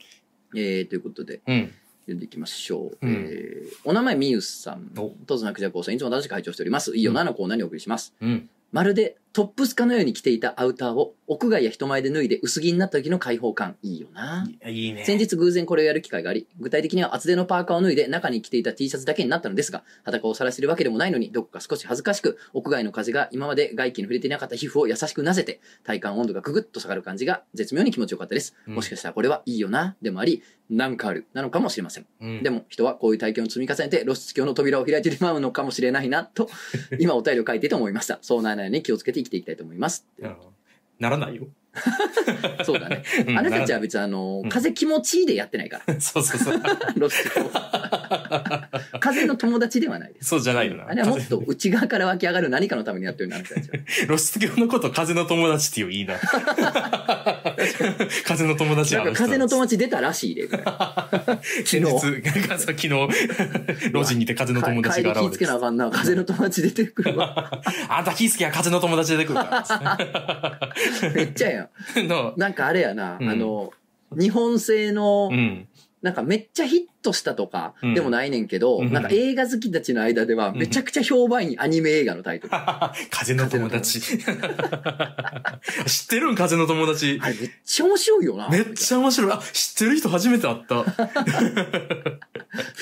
Speaker 1: えー、ということで、
Speaker 2: うん。
Speaker 1: 読んでいきましょう。
Speaker 2: うん
Speaker 1: えー、お名前、みゆさん
Speaker 2: お、
Speaker 1: とずなくじゃこうさん、いつも楽しく拝聴しております。いいよなのコーナーにお送りします。
Speaker 2: うん。
Speaker 1: まるでトップスカのように着ていたアウターを屋外や人前で脱いで薄着になった時の開放感いいよない
Speaker 2: いね。
Speaker 1: 先日偶然これをやる機会があり具体的には厚手のパーカーを脱いで中に着ていた T シャツだけになったのですが裸を晒しているわけでもないのにどこか少し恥ずかしく屋外の風が今まで外気に触れていなかった皮膚を優しくなぜて体感温度がググッと下がる感じが絶妙に気持ちよかったです、
Speaker 2: うん
Speaker 1: もしかしたらこれはいいよなでもありなんかあるなのかもしれません
Speaker 2: うん、
Speaker 1: でも人はこういう体験を積み重ねて露出狂の扉を開いてしまうのかもしれないな と今お便りを書いてて思いましたそうならないように気をつけて生きていきたいと思います
Speaker 2: うん、ならないよ。
Speaker 1: そうだねあなたたちは別にあの
Speaker 2: う ん
Speaker 1: 風気持ちいいでやってないから
Speaker 2: は。そうそうそう。
Speaker 1: 露出狂 風の友達ではないです。
Speaker 2: そうじゃないよな。
Speaker 1: あれはもっと内側から湧き上がる何かのためにやってるんだ、あの人たちは。
Speaker 2: 露出狂のこと風の友達っていういいな。 風の友達
Speaker 1: なんか風の友達出たらしいで、
Speaker 2: 達。昨日、昨日、路地にいて風の友達
Speaker 1: 帰
Speaker 2: が
Speaker 1: り気
Speaker 2: 現れ
Speaker 1: ぃ
Speaker 2: て
Speaker 1: つけなあかんな、風の友達出てくるわ。
Speaker 2: あんた気ぃつけや、風の友達出てくるから
Speaker 1: めっちゃええや ん。
Speaker 2: ですね。の、
Speaker 1: なんかあれやな、
Speaker 2: うん
Speaker 1: あの、日本製の
Speaker 2: う、ん。
Speaker 1: なんかめっちゃヒットしたとか
Speaker 2: うん
Speaker 1: でもないねんけど、
Speaker 2: うん
Speaker 1: なんか映画好きたちの間ではめちゃくちゃ評判いいアニメ映画のタイトル。
Speaker 2: 風の友達。 知ってるん風の友達。
Speaker 1: あれめっちゃ面白いよな。
Speaker 2: めっちゃ面白い。あ、知ってる人初めて会った。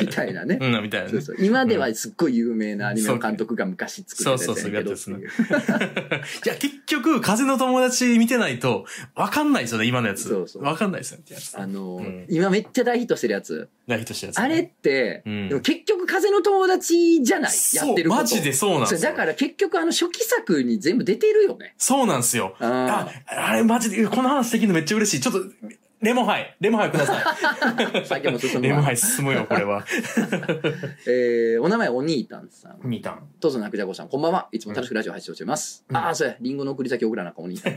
Speaker 1: みたいなね。
Speaker 2: うん、みたいな
Speaker 1: そう
Speaker 2: ね。
Speaker 1: そう今ではすっごい有名なアニメの監督が昔作ってたやつやねんけどって
Speaker 2: そうそうそうそ
Speaker 1: い
Speaker 2: う
Speaker 1: う
Speaker 2: いや、結局、風の友達見てないと、わかんないですよね、今のやつ。
Speaker 1: そうそう
Speaker 2: わかんないですよね、ってやつ。
Speaker 1: あのー
Speaker 2: うん
Speaker 1: 今めっちゃ大ヒットしてるやつ。
Speaker 2: 大ヒットしたやつね。
Speaker 1: あれって、
Speaker 2: うん
Speaker 1: でも結局風の友達じゃないやってること。
Speaker 2: そう、マジでそうなんです
Speaker 1: そう
Speaker 2: よ。
Speaker 1: だから結局あの初期作に全部出てるよね。
Speaker 2: そうなんですよ。
Speaker 1: あ
Speaker 2: あ、あれマジで、この話できるのめっちゃ嬉しい。ちょっと、レモンハイ、レモンハイく ださ
Speaker 1: あ。酒も進
Speaker 2: い。
Speaker 1: む
Speaker 2: レモン
Speaker 1: わ
Speaker 2: ハ。イ進むよ、これは。
Speaker 1: えー、お名前お兄たんさん。
Speaker 2: 見たん。
Speaker 1: とぞなくじゃこさん、こんばんは。いつも楽しくラジオ配信をしています。
Speaker 2: うん
Speaker 1: ああ、そうや。リンゴの送り先送らなあかんお兄たん。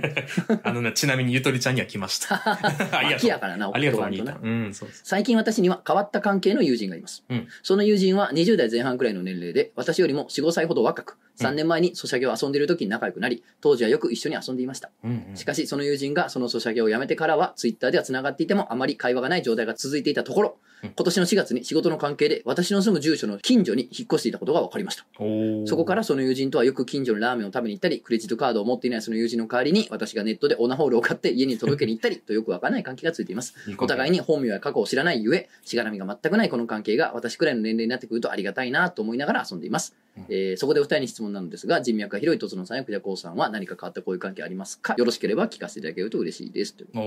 Speaker 2: あのね、ちなみにゆとりちゃんには来 ました。 ありが
Speaker 1: 秋
Speaker 2: と
Speaker 1: や
Speaker 2: う。
Speaker 1: からな、
Speaker 2: ありがとう、
Speaker 1: 送っ
Speaker 2: 兄
Speaker 1: と
Speaker 2: た
Speaker 1: かん
Speaker 2: ん
Speaker 1: とな。
Speaker 2: うん、そうです。
Speaker 1: 最近私には変わった関係の友人がいます。
Speaker 2: うん
Speaker 1: その友人は20代前半くらいの年齢で、私よりも4、5歳ほど若く、
Speaker 2: うん
Speaker 1: 3年前にソシャゲを遊んでいる時に仲良くなり、当時はよく一緒に遊んでいました。
Speaker 2: うんうん
Speaker 1: しかし、その友人がそのソシャゲをやめてからは、ツイッターでは繋がっていても、あまり会話がない状態が続いていたところ、
Speaker 2: うん
Speaker 1: 今年の4月に仕事の関係で、私の住む住所の近所に引っ越していたことが分かりました。
Speaker 2: おー
Speaker 1: そこからその友人とはよく近所のラーメンを食べに行ったり、クレジットカードを持っていないその友人の代わりに、私がネットでオナホールを買って家に届けに行ったり、とよくわからない関係がついています。お互い
Speaker 2: に。
Speaker 1: に本名や過去を知らないゆえ、しがらみが全くないこの関係が私くらいの年齢になってくるとありがたいなと思いながら遊んでいます。
Speaker 2: うん
Speaker 1: えーそこでお二人に質問なのですが、人脈が広いとつのさんやくじゃこうさんは何か変わったこういう関係ありますかよろしければ聞かせていただけると嬉しいです。という
Speaker 2: お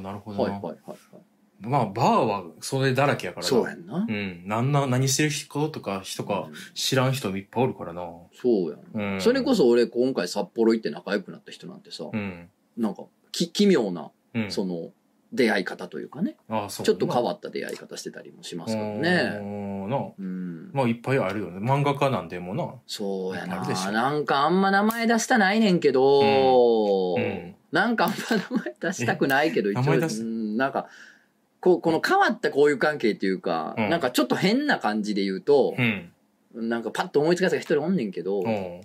Speaker 2: ーなるほど
Speaker 1: はい
Speaker 2: な。
Speaker 1: はいはいはい。
Speaker 2: まあ、バーはそれだらけやからな
Speaker 1: そうやんな。
Speaker 2: うん。なんな、何してる人とか、人か、知らん人もいっぱいおるからな。
Speaker 1: そうやん。
Speaker 2: うん。
Speaker 1: それこそ俺今回札幌行って仲良くなった人なんてさ、
Speaker 2: うん。
Speaker 1: なんかき奇妙な
Speaker 2: うん。
Speaker 1: その出会い方というかね、
Speaker 2: あそう
Speaker 1: ちょっと変
Speaker 2: わ
Speaker 1: わった出会い方してたりもしますからね。
Speaker 2: なあ。
Speaker 1: うん。
Speaker 2: まあいっぱいあるよね。漫画家なんでもな。
Speaker 1: そうや
Speaker 2: あるでし
Speaker 1: な。
Speaker 2: ょ
Speaker 1: なんかあんま名前出したないねんけど、
Speaker 2: うん。
Speaker 1: なんかあんま名前出したくないけど、
Speaker 2: え
Speaker 1: 一応、
Speaker 2: 名前出す
Speaker 1: うんなんか、こう、この変わった交友関係っていうか、
Speaker 2: うん
Speaker 1: なんかちょっと変な感じで言うと
Speaker 2: う、ん。
Speaker 1: なんかパッと思いつかせた人一人おんねんけど、
Speaker 2: うん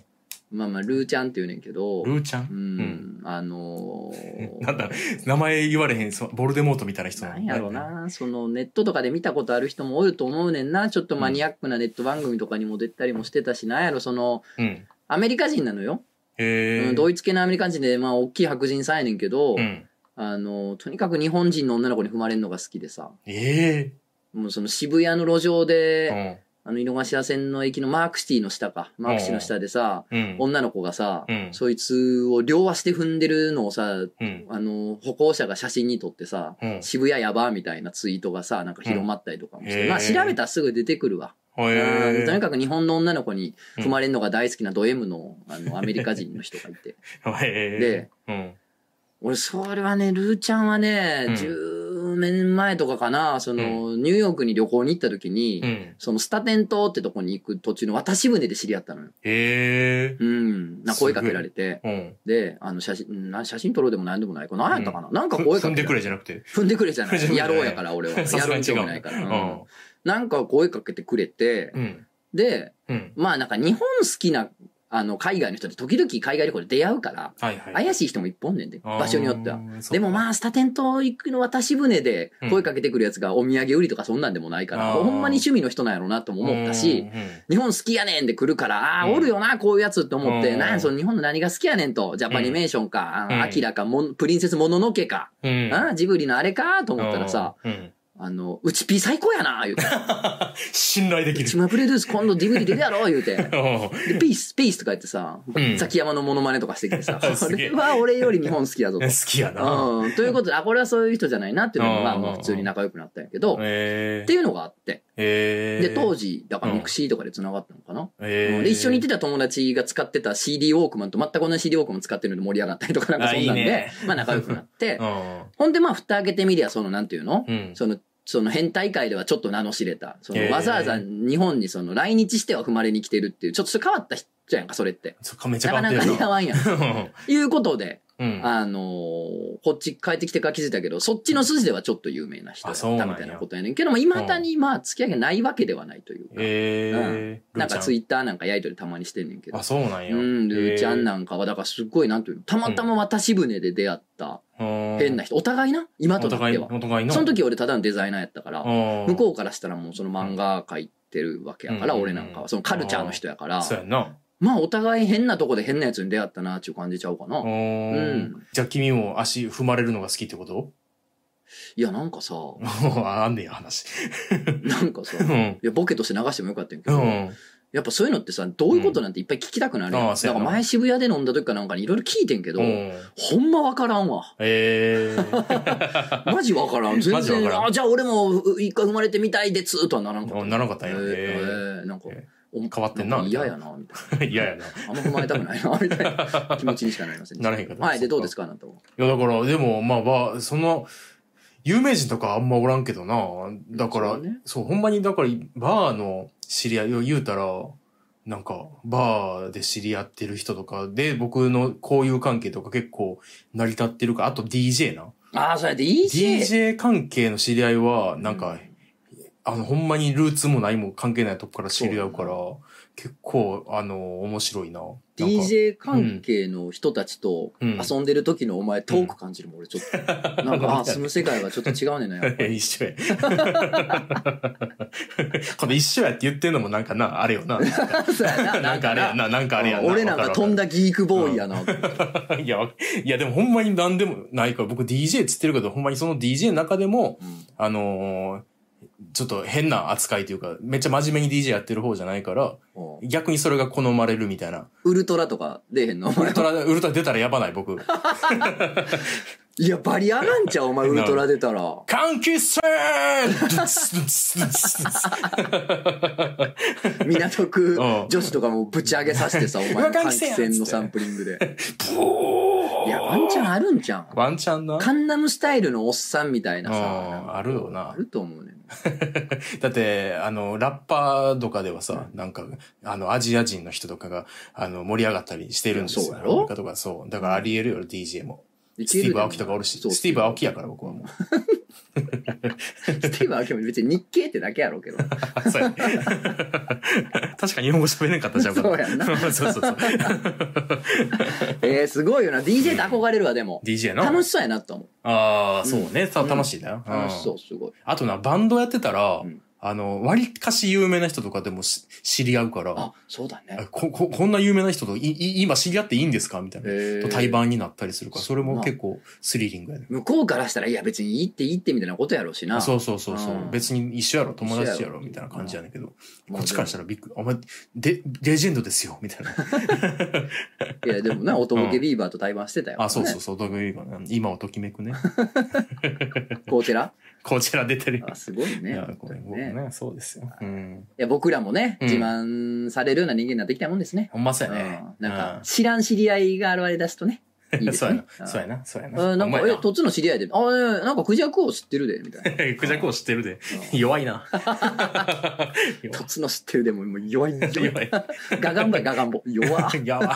Speaker 1: まあまあ、ルーちゃんって言うねんけど、
Speaker 2: ルーちゃ
Speaker 1: うんん、あのー
Speaker 2: なんだ、名前言われへん、そボルデモートみたいな人
Speaker 1: なんやろう。な、そのネットとかで見たことある人もおると思うねんな、ちょっとマニアックなネット番組とかにも出たりもしてたし、なんやろ、その、
Speaker 2: うん。
Speaker 1: アメリカ人なのよ。
Speaker 2: へえ。
Speaker 1: うん、ドイツ系のアメリカ人で、まあ、大きい白人さんやねんけど、
Speaker 2: うん。
Speaker 1: あの、とにかく日本人の女の子に踏まれるのが好きでさ、
Speaker 2: え
Speaker 1: もうその渋谷の路上
Speaker 2: え。う
Speaker 1: で、
Speaker 2: ん。
Speaker 1: あの、井の頭線の駅のマークシティの下か、マークシティの下でさ、
Speaker 2: うん。
Speaker 1: 女の子がさ、
Speaker 2: うん
Speaker 1: そいつを両足で踏んでるのをさ、
Speaker 2: うん。
Speaker 1: あの、歩行者が写真に撮ってさ、
Speaker 2: うん。
Speaker 1: 渋谷やばみたいなツイートがさ、なんか広まったりとかもして、
Speaker 2: うん
Speaker 1: まあ
Speaker 2: へ
Speaker 1: 調
Speaker 2: ー
Speaker 1: べたらすぐ出てくるわ。
Speaker 2: へ
Speaker 1: うんとに
Speaker 2: え。
Speaker 1: かく日本の女の子に踏まれるのが大好きなド M の、あの、アメリカ人の人がいて。
Speaker 2: へえ。
Speaker 1: で、
Speaker 2: うん。
Speaker 1: 俺、それはね、ルーちゃんはね、
Speaker 2: うん
Speaker 1: 10年前とかかな、その、ニューヨークに旅行に行った時に、
Speaker 2: うん。
Speaker 1: そのスタテン島ってとこに行く途中の渡し船で知り合ったのよ。
Speaker 2: へえ。
Speaker 1: うん。な、声かけられて。
Speaker 2: うん。
Speaker 1: で、あの、写真、な写真撮ろうでも何でもないかな。何やったかな、なんか声かけられ
Speaker 2: 踏んでくれじゃなくて。
Speaker 1: 踏んでくれじゃない。
Speaker 2: 踏んでくれ
Speaker 1: やろうやから、俺は。
Speaker 2: さす
Speaker 1: や
Speaker 2: がに
Speaker 1: ろう
Speaker 2: 違う
Speaker 1: 興味ないから。
Speaker 2: う
Speaker 1: うん
Speaker 2: ん。
Speaker 1: なんか声かけてくれて、
Speaker 2: うん。
Speaker 1: で、
Speaker 2: うん。
Speaker 1: まあなんか日本好きな、あの、海外の人って時々海外旅行で出会うから、
Speaker 2: はいはい。
Speaker 1: 怪
Speaker 2: し
Speaker 1: し
Speaker 2: い
Speaker 1: い人もいっぱいおんねんで、場所によっては。。でも
Speaker 2: あ、
Speaker 1: まあ、スタテン島行くの渡し船で
Speaker 2: うん
Speaker 1: 声かけてくるやつがお土産売りとかそんなんでもないから、
Speaker 2: あー
Speaker 1: ほんまに趣味の人なんやろうなとも思ったし、日本好きやねんで来るから、ああー、
Speaker 2: うん
Speaker 1: おるよな、こういうやつって思って、
Speaker 2: うん
Speaker 1: なんやその日本の何が好きやねんと、ジャパニメーションか、あ
Speaker 2: うん
Speaker 1: ーアキラか、モンプリンセスもののけか、
Speaker 2: うん、うん。
Speaker 1: あージブリのあれかと
Speaker 2: と
Speaker 1: 思ったらさ、、
Speaker 2: うん。
Speaker 1: あの、うちピー最高やな、 言うて。
Speaker 2: 信頼でき
Speaker 1: う
Speaker 2: る
Speaker 1: ち。まプロデュース今度 DVD 出るやろ、言うて。
Speaker 2: う
Speaker 1: で、ピース、ピースとか言ってさ、
Speaker 2: ん
Speaker 1: ザキヤマのモノマネとかしてきてさ、こ
Speaker 2: すげ
Speaker 1: れ
Speaker 2: え
Speaker 1: は俺より日本好きだぞと
Speaker 2: ん。。好きやな。
Speaker 1: うん、ということで、あ、これはそういう人じゃないなっていうのが、
Speaker 2: うん
Speaker 1: まあまあ普通に仲良くなったんやけど、っ
Speaker 2: え
Speaker 1: ていうのがあって、
Speaker 2: え
Speaker 1: で、当
Speaker 2: 時、
Speaker 1: 時、だからミクシーとかで繋がったのかな。
Speaker 2: えー
Speaker 1: で、一緒に行ってた友達が使ってた CD ウォークマンと全く同じ CD ウォークマン使ってるので盛り上がったりとかなんかそんなんで、
Speaker 2: あいいね
Speaker 1: まあ仲良くなって、
Speaker 2: う
Speaker 1: ほんでまあ蓋開けてみりゃ、そのなんていうの、
Speaker 2: ん。
Speaker 1: そのその変態界ではちょっと名の知れた。そ
Speaker 2: へ
Speaker 1: の
Speaker 2: ー
Speaker 1: わざわざ日本にその来日しては踏まれに来てるっていう、ちょっとそれ変わった人やんか、それって。
Speaker 2: そっかめっち
Speaker 1: な
Speaker 2: ゃ
Speaker 1: か
Speaker 2: 変わ
Speaker 1: なか似
Speaker 2: って
Speaker 1: 合
Speaker 2: る
Speaker 1: わん やん。
Speaker 2: な。
Speaker 1: いうことで、
Speaker 2: うん。
Speaker 1: あのーこっち帰ってきてから気づいたけど、そっちの筋ではちょっと有名な人だっ
Speaker 2: あそうな
Speaker 1: た
Speaker 2: んや
Speaker 1: みたいなことやねんけども、いまだにまあ付き合いがないわけではないというか、
Speaker 2: えー。
Speaker 1: なんかツ
Speaker 2: い
Speaker 1: イッターなんかやりとりたまにしてんねんけど
Speaker 2: あ、。そうなん
Speaker 1: う
Speaker 2: や。
Speaker 1: ん、ルーちゃん
Speaker 2: ん。
Speaker 1: なんかは、だからすっごいなんていうの、たまたま渡し船で出会った変
Speaker 2: 変
Speaker 1: な人、お互いな、今と
Speaker 2: お
Speaker 1: なっ
Speaker 2: 互
Speaker 1: て
Speaker 2: い、
Speaker 1: は。
Speaker 2: お互いの。
Speaker 1: その時俺ただのデザイナーやったから、
Speaker 2: 向
Speaker 1: 向こうからしたらもうその漫画描いてるわけやから、
Speaker 2: うん
Speaker 1: 俺なんかはそのカルチャーの人やから
Speaker 2: そうやんな。
Speaker 1: まあお互い変なとこで変なやつに出会ったなっていう感じちゃうかな、
Speaker 2: う
Speaker 1: い
Speaker 2: ん。じゃあ君も足踏まれるのが好きってこと
Speaker 1: やなんかさ
Speaker 2: あんねや、話。
Speaker 1: なんかさ
Speaker 2: う
Speaker 1: い
Speaker 2: ん。
Speaker 1: やボケとして流してもよかったんやけ
Speaker 2: う
Speaker 1: ど、
Speaker 2: ん。
Speaker 1: やっぱそういうのってさどういうことなんていっぱい聞きたくなるやん、
Speaker 2: うんあ
Speaker 1: だ
Speaker 2: あそう
Speaker 1: から
Speaker 2: やな
Speaker 1: 前渋谷で飲んだ時かなんかにいろいろ聞いてんけど、
Speaker 2: うん。
Speaker 1: ほんまわからん わ
Speaker 2: えー。
Speaker 1: マジわからん全
Speaker 2: マジわから
Speaker 1: 然
Speaker 2: ん
Speaker 1: あじゃあ俺もう一回生まれてみたいでつーとはならんかった
Speaker 2: ならんかったんや
Speaker 1: え
Speaker 2: へ
Speaker 1: ーえーなんか
Speaker 2: え
Speaker 1: 変
Speaker 2: 変わってんなみた
Speaker 1: 嫌
Speaker 2: いな
Speaker 1: やなみたい
Speaker 2: 嫌やな。
Speaker 1: なあんま踏まれたくないなみたい な気持ちにしかなりません
Speaker 2: ならへんかった。
Speaker 1: はい、で、どうです
Speaker 2: か
Speaker 1: か、あなたは。
Speaker 2: いや、だから、でも、まあまあ、その、有名人とかあんまおらんけどな。だから、
Speaker 1: そ
Speaker 2: そうう,、
Speaker 1: ね
Speaker 2: ほんまに、だから、バーの知り合いを言うたら、なんか、バーで知り合ってる人とかで、僕の交友関係とか結構成り立ってるか、あと DJ な。
Speaker 1: ああ、それで DJ。
Speaker 2: DJ 関係の知り合いは、なんか、
Speaker 1: うん
Speaker 2: あの、ほんまにルーツも何も関係ないとこから知り合うから、結構、あの、面白いな。なんか
Speaker 1: DJ 関係の人たちと
Speaker 2: うん
Speaker 1: 遊んでる時のお前、遠く感じるもん、俺ちょっと。なん か、ああ、住む世界はちょっと違うねんな、やっぱ
Speaker 2: え
Speaker 1: り。
Speaker 2: 一緒や。この一緒やって言ってんのもなんかな、あれよな。
Speaker 1: そうやな、
Speaker 2: なんかあれやな、なんかあれやな。
Speaker 1: 俺なんか飛んだギークボーイやな。
Speaker 2: わかるわかる。いや、わいやでもほんまに何でもないから、僕 DJ っつってるけど、ほんまにその DJ の中でも、
Speaker 1: うん
Speaker 2: あのーちょっと変な扱いというか、めっちゃ真面目に DJ やってる方じゃないから、
Speaker 1: おう
Speaker 2: 逆にそれが好まれるみたいな。
Speaker 1: ウルトラとか出えへんのお
Speaker 2: ウ
Speaker 1: 前
Speaker 2: ルトラ、ウルトラ出たらやばない、僕。
Speaker 1: いや、バリアなんちゃうお前、ウルトラ出たら。
Speaker 2: 換気扇
Speaker 1: 港区
Speaker 2: うん
Speaker 1: 女子とかもぶち上げさせてさ、お前の
Speaker 2: うわ
Speaker 1: 換
Speaker 2: 換気
Speaker 1: 気
Speaker 2: 扇や
Speaker 1: 扇の
Speaker 2: つって
Speaker 1: サンプリングで。いや、ワンチャンあるんじゃん。
Speaker 2: ワンチャンな。
Speaker 1: カンナムスタイルのおっさんみたいなさ。
Speaker 2: うん
Speaker 1: なんか
Speaker 2: あるよな
Speaker 1: あると思うねん。
Speaker 2: だって、あの、ラッパーとかではさ、なんか、あの、アジア人の人とかが、あの、盛り上がったりしてるんですよ。
Speaker 1: そうやろ
Speaker 2: アメリカとかそう。だからあり得るよ、DJ も。
Speaker 1: いけ
Speaker 2: ス
Speaker 1: る
Speaker 2: テ
Speaker 1: で
Speaker 2: ィーブ・アオキとかおるし、
Speaker 1: そう
Speaker 2: スティーブ・アオキやから僕はも
Speaker 1: スティーブ・アオキも別に日系ってだけやろうけど。
Speaker 2: う。そうや確かに日本語喋れなかったじゃん。
Speaker 1: そうやんな
Speaker 2: そうそうそう。
Speaker 1: えー、すごいよな。DJ って憧れるわ、でも。
Speaker 2: DJ な。
Speaker 1: 楽しそうやなと思う。
Speaker 2: ああ、そうね。た楽しいな。うん
Speaker 1: 楽しそう、すごい。
Speaker 2: あとな、バンドやってたら、
Speaker 1: うん
Speaker 2: あの、割かし有名な人とかでもし知り合うから、
Speaker 1: あ、そうだね。
Speaker 2: こ、こ、こんな有名な人とい、い、今知り合っていいんですかみたいな。
Speaker 1: え
Speaker 2: と対バンになったりするから、それも結構スリリングやね。
Speaker 1: 向こうからしたら、いや別にいいっていいってみたいなことやろうしな。
Speaker 2: そうそうそうそう、
Speaker 1: うん
Speaker 2: 別に一緒やろ、友達やろ、みたいな感じやねんけど、こっちからしたらびっくり。お前、で、レジェンドですよ、みたいな。
Speaker 1: いや、でもな、おとぼけビーバーと対バンしてたよ。
Speaker 2: あ、そうそう
Speaker 1: ね。
Speaker 2: そう、どういうかな。今をときめくね。
Speaker 1: こちら
Speaker 2: こちら出てる。
Speaker 1: あ、すごい
Speaker 2: い
Speaker 1: ね。
Speaker 2: や、
Speaker 1: 本
Speaker 2: こ
Speaker 1: 当
Speaker 2: れ、
Speaker 1: に
Speaker 2: 僕
Speaker 1: ね
Speaker 2: ね、そうですよ。うん。
Speaker 1: いや、僕らもね、
Speaker 2: うん
Speaker 1: 自慢されるような人間になってきたもんですね。
Speaker 2: ほんまそう
Speaker 1: う
Speaker 2: やね
Speaker 1: ん。なんか、知らん知り合いが現れ出すとね。いい
Speaker 2: うん、
Speaker 1: です
Speaker 2: そうや
Speaker 1: ね
Speaker 2: な。。そうやな。そうや
Speaker 1: う
Speaker 2: な。
Speaker 1: んなん
Speaker 2: ほ
Speaker 1: か、
Speaker 2: ま
Speaker 1: え、
Speaker 2: や
Speaker 1: とっつの知り合いで、ああ、なんかクジラクを知ってるで、みたいな。
Speaker 2: クジャクを知ってるで。
Speaker 1: うん
Speaker 2: 弱いな。
Speaker 1: とっつの知ってるでも、もう 弱いんだよ。
Speaker 2: 弱い。
Speaker 1: ガガンボや、ガガンボ。弱。
Speaker 2: 弱い。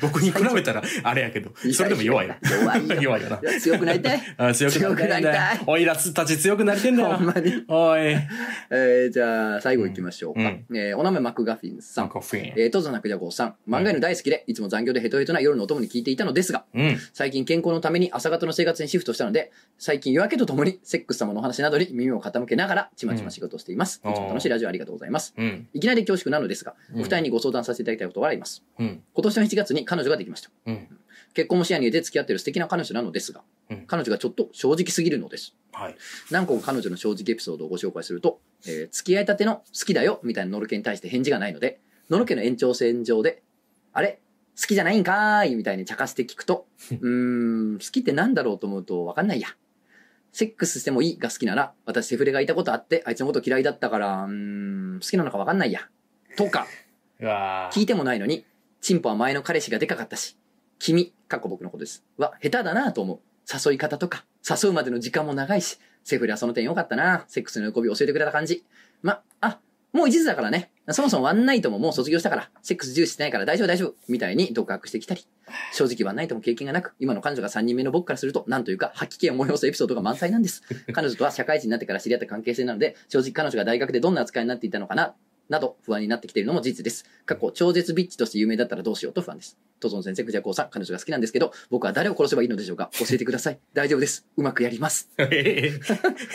Speaker 2: 僕に比べたらあれやけど、それでも弱いよ。
Speaker 1: 弱 いよ。
Speaker 2: 弱いよな。
Speaker 1: いや強くなりたい。
Speaker 2: あ強くな
Speaker 1: 強
Speaker 2: りたいんだ
Speaker 1: くなりたい
Speaker 2: よ。おいらつたち強くな りてんだ
Speaker 1: ほん
Speaker 2: よ。
Speaker 1: まに。
Speaker 2: おい。
Speaker 1: えー、じゃあ、最後行きましょうか。
Speaker 2: うん
Speaker 1: えーお名前マクガフィンさん。
Speaker 2: コフィ
Speaker 1: えー、とぞなくじゃこうさん。漫画犬大好きで、いつも残業でヘトヘトな夜のお供に聞いていたのですが、
Speaker 2: うん。
Speaker 1: 最近健康のために朝方の生活にシフトしたので、最近夜明けとともにセックス様のお話などに耳を傾けながら、ちまちま仕事をしています。
Speaker 2: うん
Speaker 1: いつも楽しいラジオありがとうございます。
Speaker 2: うん。
Speaker 1: いきなり恐縮なのですが、お二人
Speaker 2: に。
Speaker 1: にご相談させていただきたいことがあります。
Speaker 2: うん。
Speaker 1: 今年の7月に彼女ができました。
Speaker 2: うん。
Speaker 1: 結婚も視野に入れて付き合ってる素敵な彼女なのですが、
Speaker 2: うん
Speaker 1: 彼女がちょっと正直すぎるのです。
Speaker 2: はい。
Speaker 1: 何個か彼女の正直エピソードをご紹介すると、えー付き合いたての好きだよみたいなのろけに対して返事がないので、のろけの延長線上で、あれ好きじゃないんかーいみたいに茶化して聞くと、うーん、好きってなんだろうと思うとわかんないや。セックスしてもいいが好きなら、私セフレがいたことあって、あいつのこと嫌いだったから、うーん、好きなのかわかんないや。とか、
Speaker 2: うわ
Speaker 1: 聞いてもないのに、チンポは前の彼氏がでかかったし、君、かっこ僕のことです。は、下手だなぁと思う。誘い方とか、誘うまでの時間も長いし、セフレはその点良かったな。セックスの喜びを教えてくれた感じ。ま、あ、もう一途だからね。そもそもワンナイトももう卒業したから、セックス重視してないから大丈夫大丈夫。みたいに独白してきたり。正直ワンナイトも経験がなく、今の彼女が3人目の僕からすると、なんというか吐き気を催すエピソードが満載なんです。彼女とは社会人になってから知り合った関係性なので、正直彼女が大学でどんな扱いになっていたのかな、など不安になってきているのも事実です。過去、超絶ビッチとして有名だったらどうしようと不安です。トゾン先生、クジャコウさん、彼女が好きなんですけど、僕は誰を殺せばいいのでしょうか教えてください。大丈夫です。うまくやります。
Speaker 2: え